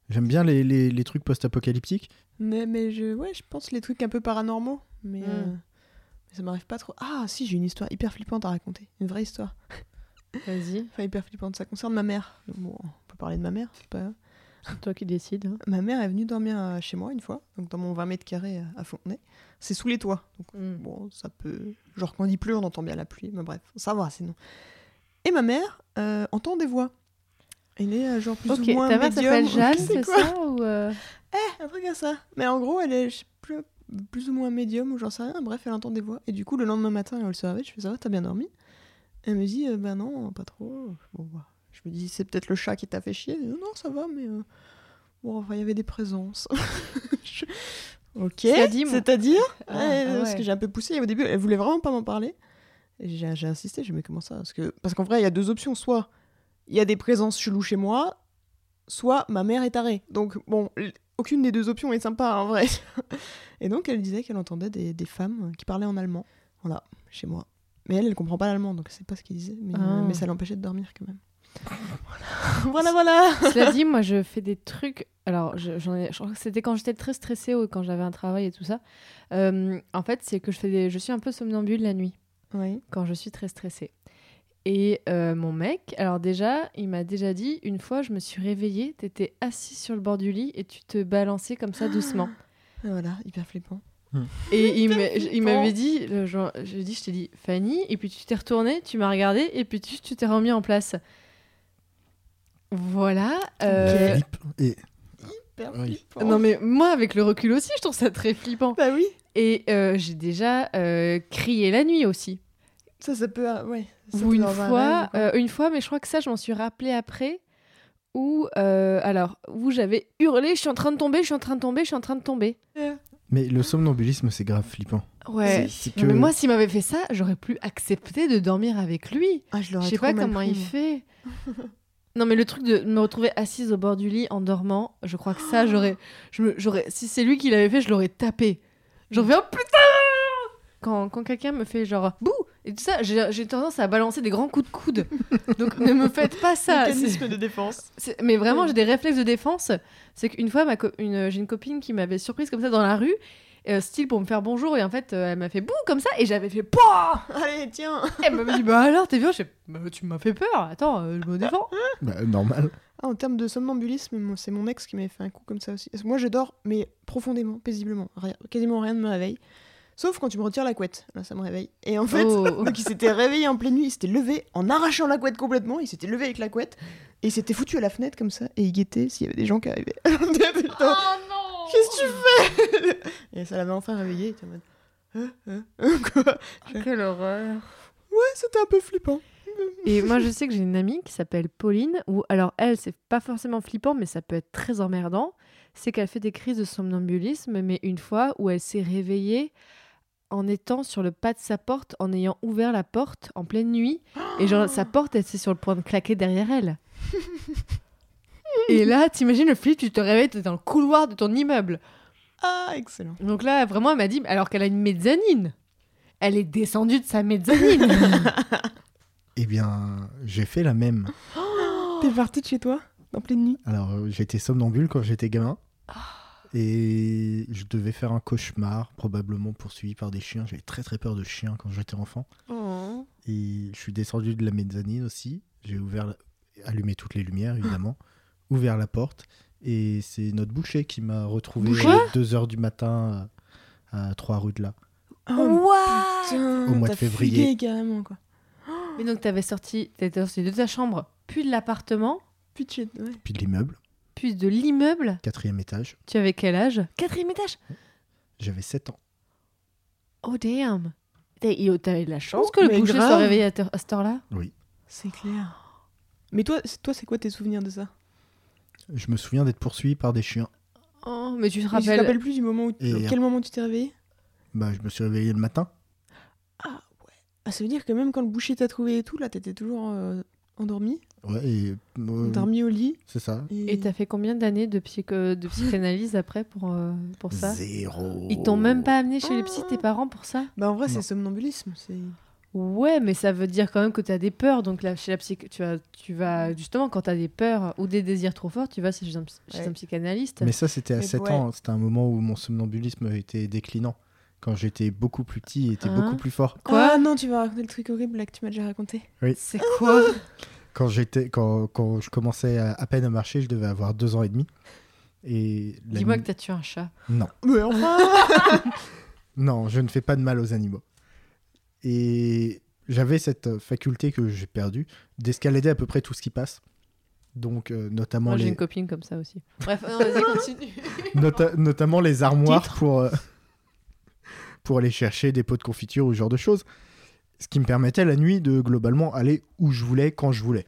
S2: J'aime bien les, les- les trucs post-apocalyptiques.
S4: mais, mais je, ouais, je pense les trucs un peu paranormaux, mais
S3: Mm.
S4: euh, mais ça m'arrive pas trop. Ah si, j'ai une histoire hyper flippante à raconter, une vraie histoire.
S3: Vas-y,
S4: Enfin, hyper flippante, ça concerne ma mère. Donc Bon, on peut parler de ma mère, c'est pas...
S3: c'est toi qui décides. hein.
S4: Ma mère est venue dormir euh, chez moi une fois, donc dans mon 20 mètres carrés euh, à Fontenay. C'est sous les toits, donc
S3: Mm.
S4: Bon, ça peut. Genre, quand il pleut, on entend bien la pluie. Mais bref, ça va, sinon. Et ma mère euh, entend des voix. Elle est euh, genre plus
S3: Ok,
S4: ou moins
S3: ta mère
S4: médium,
S3: s'appelle
S4: ou je
S3: Jeanne,
S4: sais
S3: c'est
S4: quoi.
S3: ça ou euh,
S4: Un truc à ça. Mais en gros, elle est je sais plus, plus ou moins médium ou j'en sais rien. Bref, elle entend des voix. Et du coup, le lendemain matin, elle se réveille. Je fais ça va, t'as bien dormi Elle me dit, euh, ben non, pas trop. Bon, bah, Je me dis, c'est peut-être le chat qui t'a fait chier. Elle dit, non, ça va, mais. euh, Bon, enfin, il y avait des présences. Je- Ok.
S3: C'est-à-dire, mon-
S4: C'est-à-dire
S3: Ah,
S4: Ouais,
S3: ah
S4: Parce
S3: ouais.
S4: que j'ai un peu poussé. Et au début, elle voulait vraiment pas m'en parler. Et J'ai j'ai insisté. J'ai dit, mais comment ça Parce que- parce qu'en vrai, il y a deux options. Soit il y a des présences cheloues chez moi, soit ma mère est tarée. Donc, bon, l- aucune des deux options est sympa en vrai. Et donc elle disait qu'elle entendait des, des femmes qui parlaient en allemand. Voilà, chez moi. Mais elle, elle comprend pas l'allemand, donc c'est pas ce qu'ils disaient. Mais,
S3: Ah.
S4: mais ça l'empêchait de dormir quand même. Voilà, voilà. voilà.
S3: Cela dit, moi, je fais des trucs. Alors, je, j'en ai- je crois que c'était quand j'étais très stressée ou quand j'avais un travail et tout ça. Euh, en fait, c'est que je fais des... je suis un peu somnambule la nuit
S4: Oui.
S3: quand je suis très stressée. Et euh, mon mec, alors déjà, il m'a déjà dit une fois, je me suis réveillée, t'étais assis sur le bord du lit et tu te balançais comme ça doucement.
S4: Voilà, hyper flippant.
S3: Et il m'a- il
S4: flippant.
S3: m'avait dit, le jour- je lui ai dit, je t'ai dit Fanny, et puis tu t'es retournée, tu m'as regardée, et puis tu tu t'es remis en place. Voilà. euh,
S7: Philippe et
S4: Hyper
S7: Oui.
S4: flippant.
S3: Non mais moi avec le recul aussi, je trouve ça très flippant.
S4: Bah oui.
S3: Et euh, j'ai déjà euh, crié la nuit aussi.
S4: Ça, ça peut. euh, Ouais. ça
S3: Ou
S4: peut
S3: une
S4: dans un
S3: fois,
S4: rêve, quoi.
S3: euh, une fois, mais je crois que ça, je m'en suis rappelé après. Où euh, alors où j'avais hurlé, je suis en train de tomber, je suis en train de tomber, je suis en train de tomber.
S2: Mais le somnambulisme, c'est grave flippant.
S3: Ouais.
S2: C'est
S3: Non, mais moi, s'il m'avait fait ça, j'aurais plus accepté de dormir avec lui.
S4: Ah, je
S3: Je
S4: l'aurais
S3: sais
S4: trop
S3: pas
S4: mal
S3: comment
S4: pris,
S3: il
S4: moi.
S3: fait. Non mais le truc de me retrouver assise au bord du lit en dormant, je crois que ça j'aurais, je me- j'aurais, si c'est lui qui l'avait fait, je l'aurais tapé. J'aurais fait oh putain quand, quand quelqu'un me fait genre bouh et tout ça, j'ai j'ai tendance à balancer des grands coups de coude. Donc ne me faites pas ça.
S4: Mécanisme de défense.
S3: C'est- c'est- mais vraiment j'ai des réflexes de défense. C'est qu'une fois ma co- une- j'ai une copine qui m'avait surprise comme ça dans la rue, euh, style pour me faire bonjour et en fait euh, elle m'a fait bouh comme ça et j'avais fait pouah
S4: Allez, tiens.
S3: elle m'a dit bah alors t'es vieux, je fais, Bah, tu m'as fait peur, attends, euh, je me défends.
S2: Bah, normal.
S4: Ah, en termes de somnambulisme, moi, c'est mon ex qui m'avait fait un coup comme ça aussi. Parce que Moi, je dors, mais profondément, paisiblement. Rien- quasiment rien ne me réveille. Sauf quand tu me retires la couette. Là, ça me réveille. Et en fait,
S3: Oh.
S4: donc il s'était réveillé en pleine nuit, il s'était levé en arrachant la couette complètement. Il s'était levé avec la couette et il s'était foutu à la fenêtre comme ça. Et il guettait s'il y avait des gens qui arrivaient. oh non Qu'est-ce que tu fais Et ça l'avait enfin réveillé. Il était en mode. Hein, hein, hein, quoi
S3: Quelle horreur.
S4: Ouais, c'était un peu flippant.
S3: Et moi je sais que j'ai une amie qui s'appelle Pauline où alors elle c'est pas forcément flippant mais ça peut être très emmerdant, c'est qu'elle fait des crises de somnambulisme mais une fois où elle s'est réveillée en étant sur le pas de sa porte en ayant ouvert la porte en pleine nuit et genre sa porte elle était sur le point de claquer derrière elle. Et là, t'imagines le flip, tu te réveilles, t'es dans le couloir de ton immeuble.
S4: Ah, excellent.
S3: Donc là, vraiment, elle m'a dit, alors qu'elle a une mezzanine, elle est descendue de sa mezzanine.
S2: Eh bien, j'ai fait la même.
S4: T'es parti de chez toi En pleine nuit
S2: Alors, euh, j'étais somnambule quand j'étais gamin. Et je devais faire un cauchemar, probablement poursuivi par des chiens. J'avais très très peur de chiens quand j'étais enfant. Et je suis descendu de la mezzanine aussi. J'ai ouvert, la- allumé toutes les lumières évidemment, ouvert la porte. Et c'est notre boucher qui m'a retrouvé
S3: Boucher
S2: à 2h du matin à, à 3 rue de là.
S4: Oh, Putain,
S2: Au mois
S4: t'as
S2: de février.
S4: fugué carrément quoi.
S3: Mais donc, t'avais sorti, t'étais sorti de ta chambre, puis de l'appartement,
S4: Puis de chez- ouais.
S2: Puis de l'immeuble,
S3: puis de l'immeuble.
S2: quatrième étage.
S3: Tu avais quel âge Quatrième étage.
S2: J'avais 7 ans.
S3: Oh damn. T'as- et T'avais de la chance
S4: Oh,
S3: que le
S4: mais
S3: boucher
S4: grave.
S3: soit réveillé à, te- à cette heure-là.
S4: C'est clair. Mais toi, c'est- toi c'est quoi tes souvenirs de ça
S2: Je me souviens d'être poursuivi par des chiens.
S3: Oh, mais tu te
S4: Mais Tu te
S3: rappelles.
S4: rappelles plus du moment où
S2: Et-
S4: à quel moment tu t'es réveillé
S2: Bah, je me suis réveillé le matin.
S4: Ah, ça veut dire que même quand le boucher t'a trouvé et tout, là t'étais toujours euh, endormi,
S2: Ouais, et. euh,
S4: endormi au lit.
S2: c'est ça.
S4: Et,
S3: Et t'as fait combien d'années de, psycho- de psychanalyse après pour, euh, pour ça
S2: Zéro.
S3: Ils t'ont même pas amené chez les psy tes parents pour ça
S4: Bah en vrai c'est
S2: Non.
S4: somnambulisme, c'est
S3: Ouais, mais ça veut dire quand même que tu as des peurs. Donc là, chez la psy, tu vas, tu vas justement quand tu as des peurs ou des désirs trop forts, tu vas chez un, psy- chez
S4: Ouais.
S3: un psychanalyste.
S2: Mais ça, c'était à
S4: Mais
S2: 7
S4: ouais.
S2: ans. C'était un moment où mon somnambulisme était déclinant. Quand j'étais beaucoup plus petit, il était
S3: Hein
S2: beaucoup plus fort.
S3: Quoi
S4: Ah non, tu vas raconter le truc horrible là que tu m'as déjà raconté.
S3: C'est quoi
S2: Quand, j'étais, quand, quand je commençais à, à peine à marcher, je devais avoir 2 ans et demi. Et la
S3: Dis-moi
S2: nuit-
S3: que t'as tué un chat.
S2: Non.
S4: Mais enfin
S2: Non, je ne fais pas de mal aux animaux. Et j'avais cette euh, faculté que j'ai perdue d'escalader à peu près tout ce qui passe. Donc, euh, notamment,
S3: Moi, j'ai
S2: les,
S3: une copine comme ça aussi. Bref, non, vas-y, continue.
S2: nota- notamment les armoires pour, euh, pour aller chercher des pots de confiture ou ce genre de choses. Ce qui me permettait la nuit de globalement aller où je voulais, quand je voulais.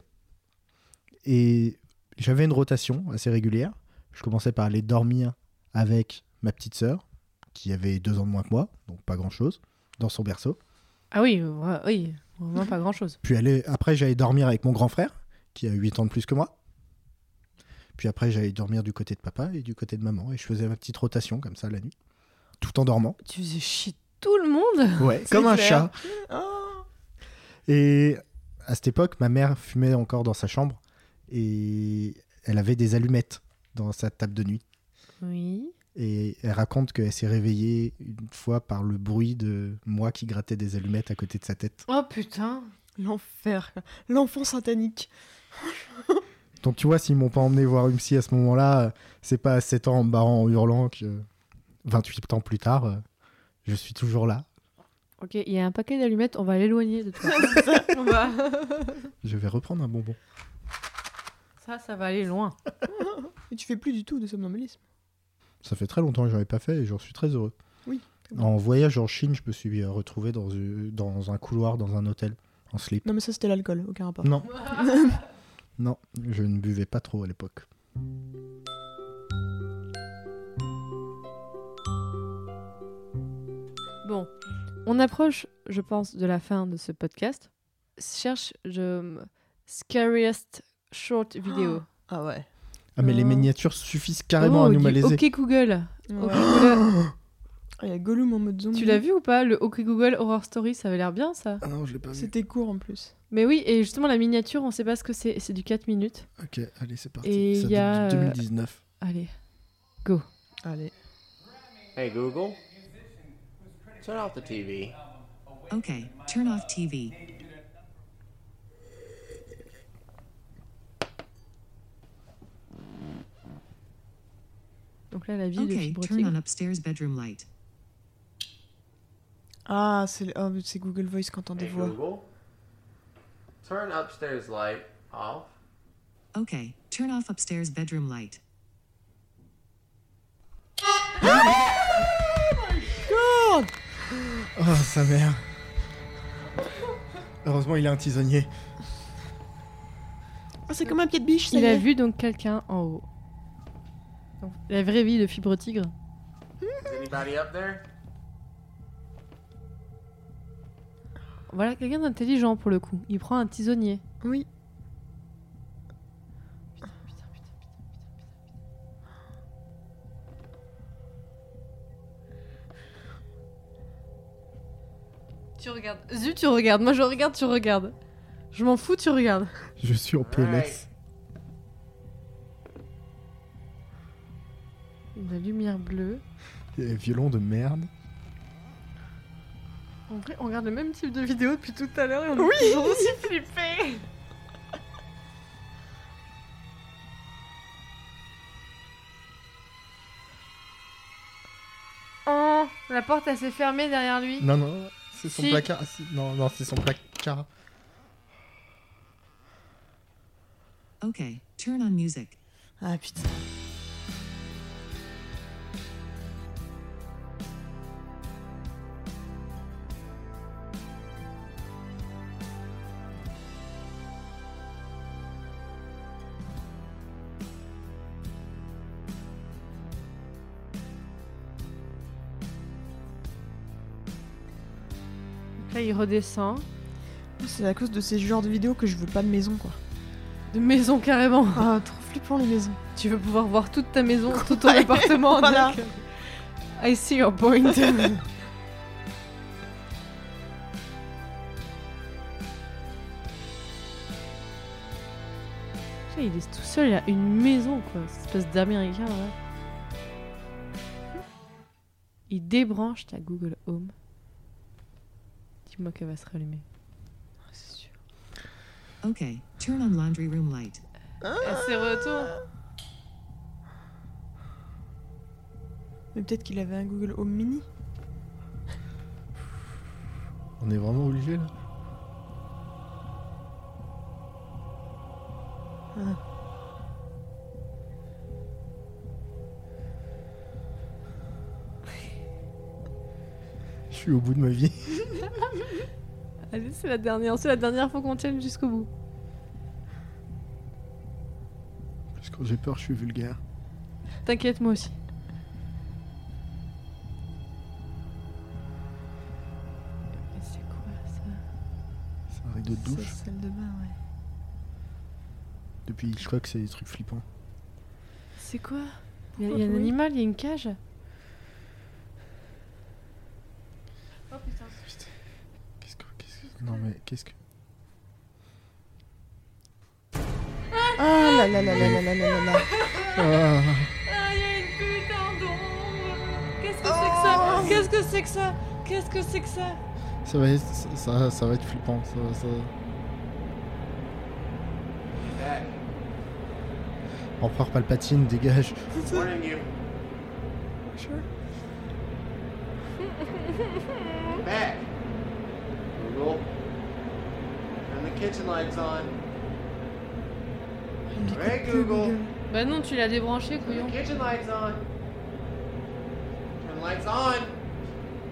S2: Et j'avais une rotation assez régulière. Je commençais par aller dormir avec ma petite sœur, qui avait deux ans de moins que moi, donc pas grand-chose, dans son berceau.
S3: ah oui, ouais, oui, vraiment pas grand chose.
S2: Puis aller- après, j'allais dormir avec mon grand frère, qui a 8 ans de plus que moi. Puis après, j'allais dormir du côté de papa et du côté de maman. Et je faisais ma petite rotation comme ça la nuit, tout en dormant.
S3: Tu faisais chier tout le monde
S2: Ouais,
S4: C'est
S2: comme un
S4: clair.
S2: chat.
S4: Oh,
S2: Et à cette époque, ma mère fumait encore dans sa chambre et elle avait des allumettes dans sa table de nuit.
S3: Oui.
S2: Et elle raconte qu'elle s'est réveillée une fois par le bruit de moi qui grattais des allumettes à côté de sa tête.
S3: Oh putain
S4: L'enfer, quoi. l'enfant satanique.
S2: Donc tu vois, s'ils m'ont pas emmené voir une psy à ce moment-là, euh, c'est pas à 7 ans en me barrant en hurlant que euh, 28 ans plus tard, euh, je suis toujours là.
S3: Ok, il y a un paquet d'allumettes, on va l'éloigner de toi. On va-
S2: Je vais reprendre un bonbon.
S3: ça, ça va aller loin.
S4: Et tu fais plus du tout de somnambulisme.
S2: Ça fait très longtemps que j'en ai pas fait et j'en suis très heureux.
S4: Oui, très bien.
S2: En voyage en Chine, je me suis euh, retrouvé dans, euh, dans un couloir, dans un hôtel, en slip.
S4: Non, mais ça, c'était l'alcool, aucun rapport.
S2: Non. non, je ne buvais pas trop à l'époque.
S3: Bon, on approche, je pense, de la fin de ce podcast. Cherche je... Scariest Short Video.
S4: Ah ouais.
S2: Ah, mais les
S3: Ah.
S2: miniatures suffisent carrément
S3: Oh,
S2: à nous
S3: du
S2: malaiser.
S3: Ok Google.
S4: Ouais.
S3: Ok Google.
S4: Ah, Il y a Gollum en mode zombie.
S3: Oh. tu l'as vu ou pas Le Ok Google Horror Story, ça avait l'air bien ça.
S2: Ah non, je l'ai pas
S4: C'était court en plus.
S3: Mais oui, et justement, la miniature, on sait pas ce que c'est. C'est du 4 minutes.
S2: Ok, allez, c'est parti.
S3: Et Ça il y date a, de euh,
S2: 2019.
S3: Allez.
S4: Allez.
S8: Hey Google, turn off the TV.
S9: Okay, turn off TV.
S3: Donc là, la vie de
S9: Okay, turn on
S3: Fibrotic.
S9: upstairs bedroom light.
S4: Ah, c'est le- oh, mais c'est Google Voice quand on des
S8: Hey
S4: voix.
S8: Google, turn upstairs light off.
S9: Okay, turn off upstairs bedroom light.
S2: Oh, sa mère. Heureusement, il a un tisonnier.
S4: Ah, c'est comme un pied de biche, ça
S3: Il
S4: y
S3: a
S4: est.
S3: vu donc quelqu'un en haut. Donc, la vraie vie de Fibre Tigre.
S8: Is anybody up there?
S3: Voilà, quelqu'un d'intelligent pour le coup. Il prend un tisonnier.
S4: Oui.
S3: Putain, putain, putain, putain, putain. Tu regardes. Zut, tu regardes. Moi, je regarde, tu regardes. Je m'en fous, tu regardes.
S2: Je suis en PLS.
S3: La lumière bleue.
S2: Et Violon de merde.
S3: En vrai, on regarde le même type de vidéo depuis tout à l'heure et on est toujours aussi flippés. Oh, la porte elle s'est fermée derrière lui.
S2: Non, non, c'est son
S3: Si.
S2: placard. Ah, si. Non, non, c'est son placard.
S9: Okay, turn on music.
S4: Ah putain.
S3: Là il redescend.
S4: C'est à cause de ces genres de vidéos que je veux pas de maison, quoi.
S3: De maison carrément.
S4: Ah, trop flippant les maisons.
S3: Tu veux pouvoir voir toute ta maison, tout ton
S4: Ouais,
S3: appartement.
S4: voilà.
S3: donc. I see your point. Putain, Il est tout seul, il a une maison quoi, cette espèce d'américain là. Il débranche ta Google Home. Dis-moi qu'elle va se rallumer. Ah,
S4: C'est sûr.
S9: Okay, turn on laundry room light.
S3: Elle se retourne.
S4: Mais peut-être qu'il avait un Google Home Mini.
S2: On est vraiment obligé là
S3: Ah.
S2: Je suis au bout de ma vie.
S3: Allez, c'est la dernière, c'est la dernière, faut qu'on tienne jusqu'au bout.
S2: Parce que quand j'ai peur, je suis vulgaire.
S3: T'inquiète, moi aussi. Mais c'est quoi ça
S2: C'est un rideau de douche.
S4: C'est la salle de bain, ouais.
S2: Depuis, je crois que c'est des trucs flippants.
S1: C'est quoi
S3: Il y a, il y a un animal, il y a une cage. Oh putain.
S8: Qu'est-ce que. qu'est-ce que- Non, mais qu'est-ce que.
S4: Ah là là là là là là là là.
S8: Ah.
S3: Ah, il y a une putain d'ombre Qu'est-ce que c'est que ça Qu'est-ce que c'est que ça Qu'est-ce que c'est que ça
S8: Ça va être, ça, ça va être flippant. Ça, va- ça- Empereur Palpatine, dégage.
S10: Warning you. Sure. Back. Google. Turn the kitchen lights on. Hey Google.
S3: Bah non, tu l'as débranché,
S10: Turn
S3: couillon.
S10: the kitchen lights on. Turn lights on.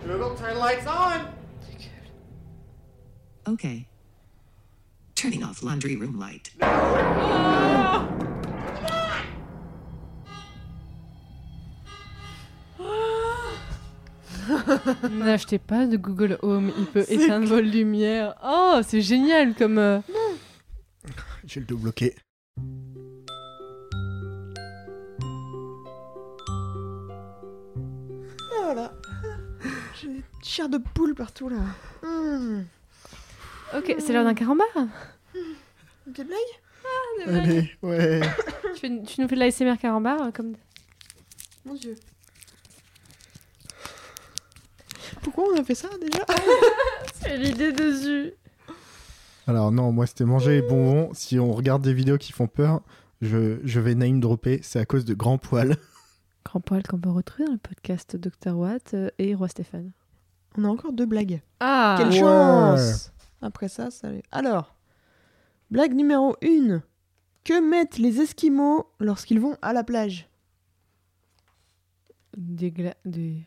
S10: Google, turn lights on.
S9: Okay. Turning off laundry room light.
S3: N'achetez pas de Google Home, il peut éteindre vos lumières. Oh, c'est génial comme... euh,
S8: Je vais le débloquer.
S4: Ah là. J'ai chair de poule partout là. Mmh.
S3: Ok, c'est l'heure d'un carambar
S4: Une petite blague
S8: Allez, ouais.
S3: tu, fais- tu nous fais de l'ASMR carambar euh, comme...
S4: Mon dieu. Pourquoi on a fait ça déjà
S3: J'ai l'idée dessus
S8: Alors non, moi c'était manger les bonbons. Si on regarde des vidéos qui font peur, je, je vais name dropper. C'est à cause de grands poils.
S3: Grand poil qu'on peut retrouver dans le podcast Dr Watt euh, et Roi Stéphane.
S4: On a encore deux blagues.
S3: Ah
S4: Quelle
S8: ouais.
S4: chance Après ça, ça allait. Alors, blague numéro 1. Que mettent les Esquimaux lorsqu'ils vont à la plage
S3: Des, gla- des...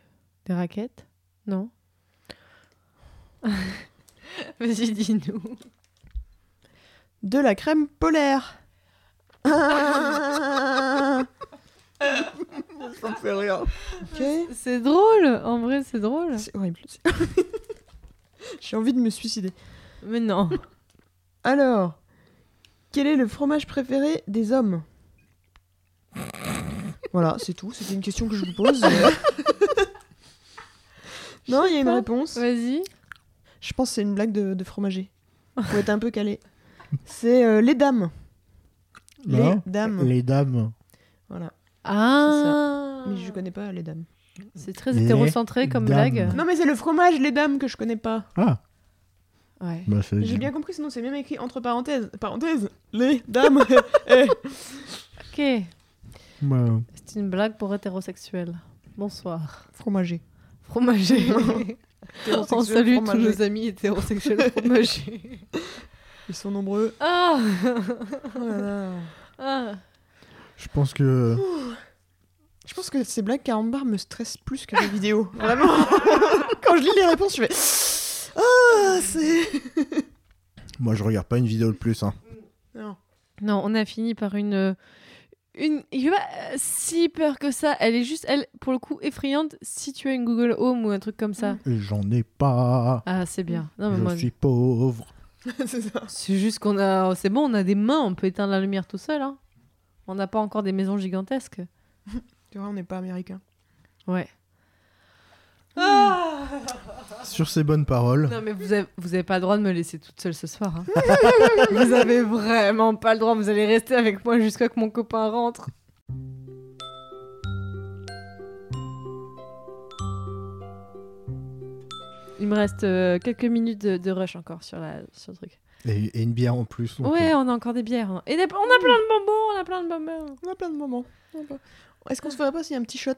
S3: des raquettes Non Vas-y, dis-nous.
S4: De la crème polaire. Ah
S8: Ça me fait rire.
S4: Ok.
S3: C'est drôle En vrai, c'est drôle.
S4: C'est horrible. J'ai envie de me suicider.
S3: Mais non.
S4: Alors, quel est le fromage préféré des hommes Voilà, c'est tout. C'était une question que je vous pose. euh. non, il y a une
S3: pas.
S4: réponse.
S3: Vas-y.
S4: Je pense que c'est une blague de, de fromager. Faut être un peu calé. C'est euh, les dames.
S8: Non.
S4: Les dames.
S8: Hein Les dames.
S4: Voilà.
S3: Ah
S4: Mais je connais pas les dames.
S3: C'est très
S8: Les
S3: hétérocentré comme
S8: dames.
S3: blague.
S4: Non, mais c'est le fromage, les dames, que je connais pas.
S8: Ah.
S3: Ouais.
S8: Bah, ça-
S4: J'ai bien compris, sinon c'est même écrit entre parenthèses. Parenthèses Les dames Eh.
S3: Ok.
S8: Bah,
S3: C'est une blague pour hétérosexuels. Bonsoir.
S4: Fromager.
S3: Fromager. On
S4: Hétérosexuel,
S3: salue tous
S4: fromager.
S3: nos amis hétérosexuels fromagers.
S4: Ils sont nombreux.
S3: ah
S4: Oh là là.
S3: Ah
S8: je pense que.
S4: Je pense que ces blagues carambar me stressent plus que les vidéos. Vraiment. Quand je lis les réponses, je fais. Ah, c'est.
S8: Moi, je regarde pas une vidéo de plus. Hein.
S4: Non.
S3: Non, on a fini par une. euh, Une, il y a pas euh, si peur que ça. Elle est juste, elle, pour le coup, effrayante si tu as une Google Home ou un truc comme ça.
S8: J'en ai pas.
S3: Ah, c'est bien. Non, mais
S8: je
S3: moi,
S8: suis pauvre.
S4: c'est ça.
S3: C'est juste qu'on a. C'est bon, on a des mains, on peut éteindre la lumière tout seul. hein. On n'a pas encore des maisons gigantesques.
S4: Tu vois, on n'est pas américain.
S3: Ouais. Ah.
S8: Sur ces bonnes paroles.
S3: Non, mais vous avez, vous avez pas le droit de me laisser toute seule ce soir. hein. vous avez vraiment pas le droit. Vous allez rester avec moi jusqu'à que mon copain rentre. Il me reste euh, quelques minutes de, de rush encore sur, la, sur le truc.
S8: Et, et une bière en plus. donc,
S3: Ouais, on a encore des bières. hein. Et des- on a plein de bonbons, on a plein de bonbons.
S4: On a plein de moments. On peut- Est-ce qu'on se ferait pas s'il y a un petit shot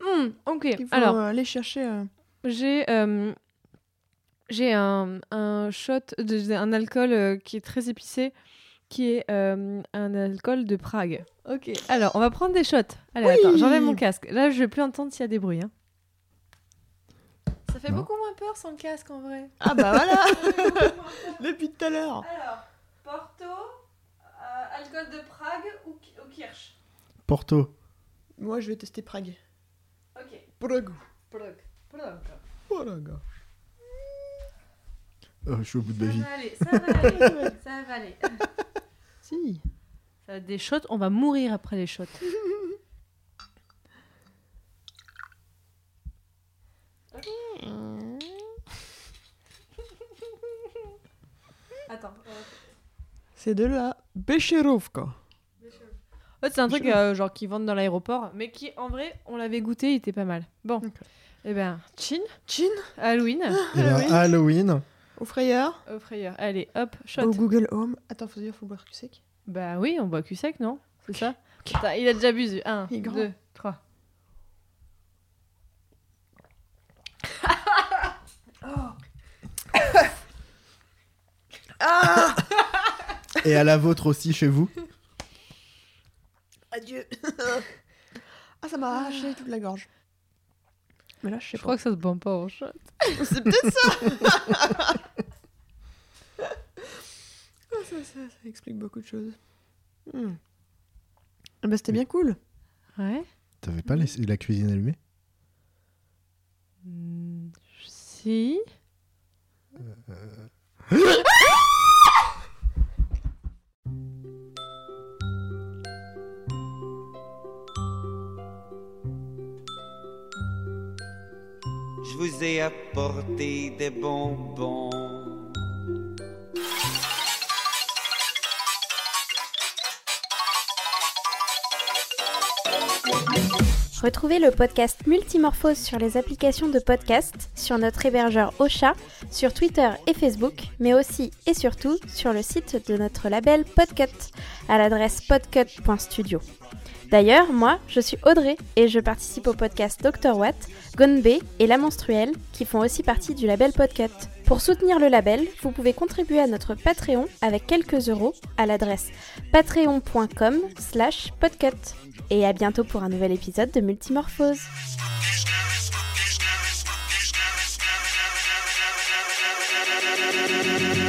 S3: Hmm, ok,
S4: Il faut
S3: alors.
S4: euh, aller chercher. euh,
S3: J'ai euh, j'ai un, un shot, de, un alcool euh, qui est très épicé, qui est euh, un alcool de Prague. Ok, alors on va prendre des shots. Allez,
S4: Oui.
S3: attends, j'enlève mon casque. Là, je vais plus entendre s'il y a des bruits. hein. Ça fait
S8: Non.
S3: beaucoup moins peur sans casque en vrai.
S4: Ah bah voilà Depuis tout à l'heure
S3: Alors, Porto, euh, alcool de Prague ou, Kirsch
S8: euh, Porto.
S4: Moi je vais tester Prague.
S3: Ok,
S4: Prague.
S3: Prague.
S4: Prague.
S8: Euh, je suis au bout
S2: Bah
S8: de ma vie.
S3: aller, ça va aller, ça va aller.
S4: Si.
S3: Ça va être des shots, on va mourir après les shots.
S4: C'est de la Becherovka.
S3: En fait, c'est un truc euh, genre qu'ils vendent dans l'aéroport, mais qui en vrai, on l'avait goûté, il était pas mal. Bon.
S4: Ok.
S3: Eh ben, chin,
S4: Chin
S3: Halloween,
S2: Eh ben,
S4: Halloween.
S2: Halloween.
S4: au frayeur,
S3: au frayeur. Allez, hop, shot.
S4: au Google Home. Attends, faut dire, faut boire que sec.
S3: Bah oui, on boit cul sec, non C'est ça Attends, Il a déjà bu. zu- Un,
S4: Il est grand.
S3: deux, trois.
S4: Ah
S2: Et à la vôtre aussi chez vous.
S4: Adieu Ah, ça m'a arraché toute la gorge. Mais là, je sais
S3: Je crois que ça se bombe pas en shot.
S4: pas. C'est peut-être ça Ah, ça, ça- ça explique beaucoup de choses. Hmm. Ah Bah, c'était bien cool.
S3: Ouais.
S2: T'avais pas laissé la cuisine allumée
S3: Hmm, Si.
S5: je vous ai apporté des bonbons.
S8: Retrouvez le podcast Multimorphose sur les applications de podcast, sur notre hébergeur Ocha, sur Twitter et Facebook, mais aussi et surtout sur le site de notre label Podcut à l'adresse podcut.studio. D'ailleurs, moi, je suis Audrey et je participe au podcast Dr Watt, Gone Bay et La Menstruelle qui font aussi partie du label Podcut. Pour soutenir le label, vous pouvez contribuer à notre Patreon avec quelques euros à l'adresse patreon.com slash podcut. Et à bientôt pour un nouvel épisode de Multimorphose.
S11: Thank you.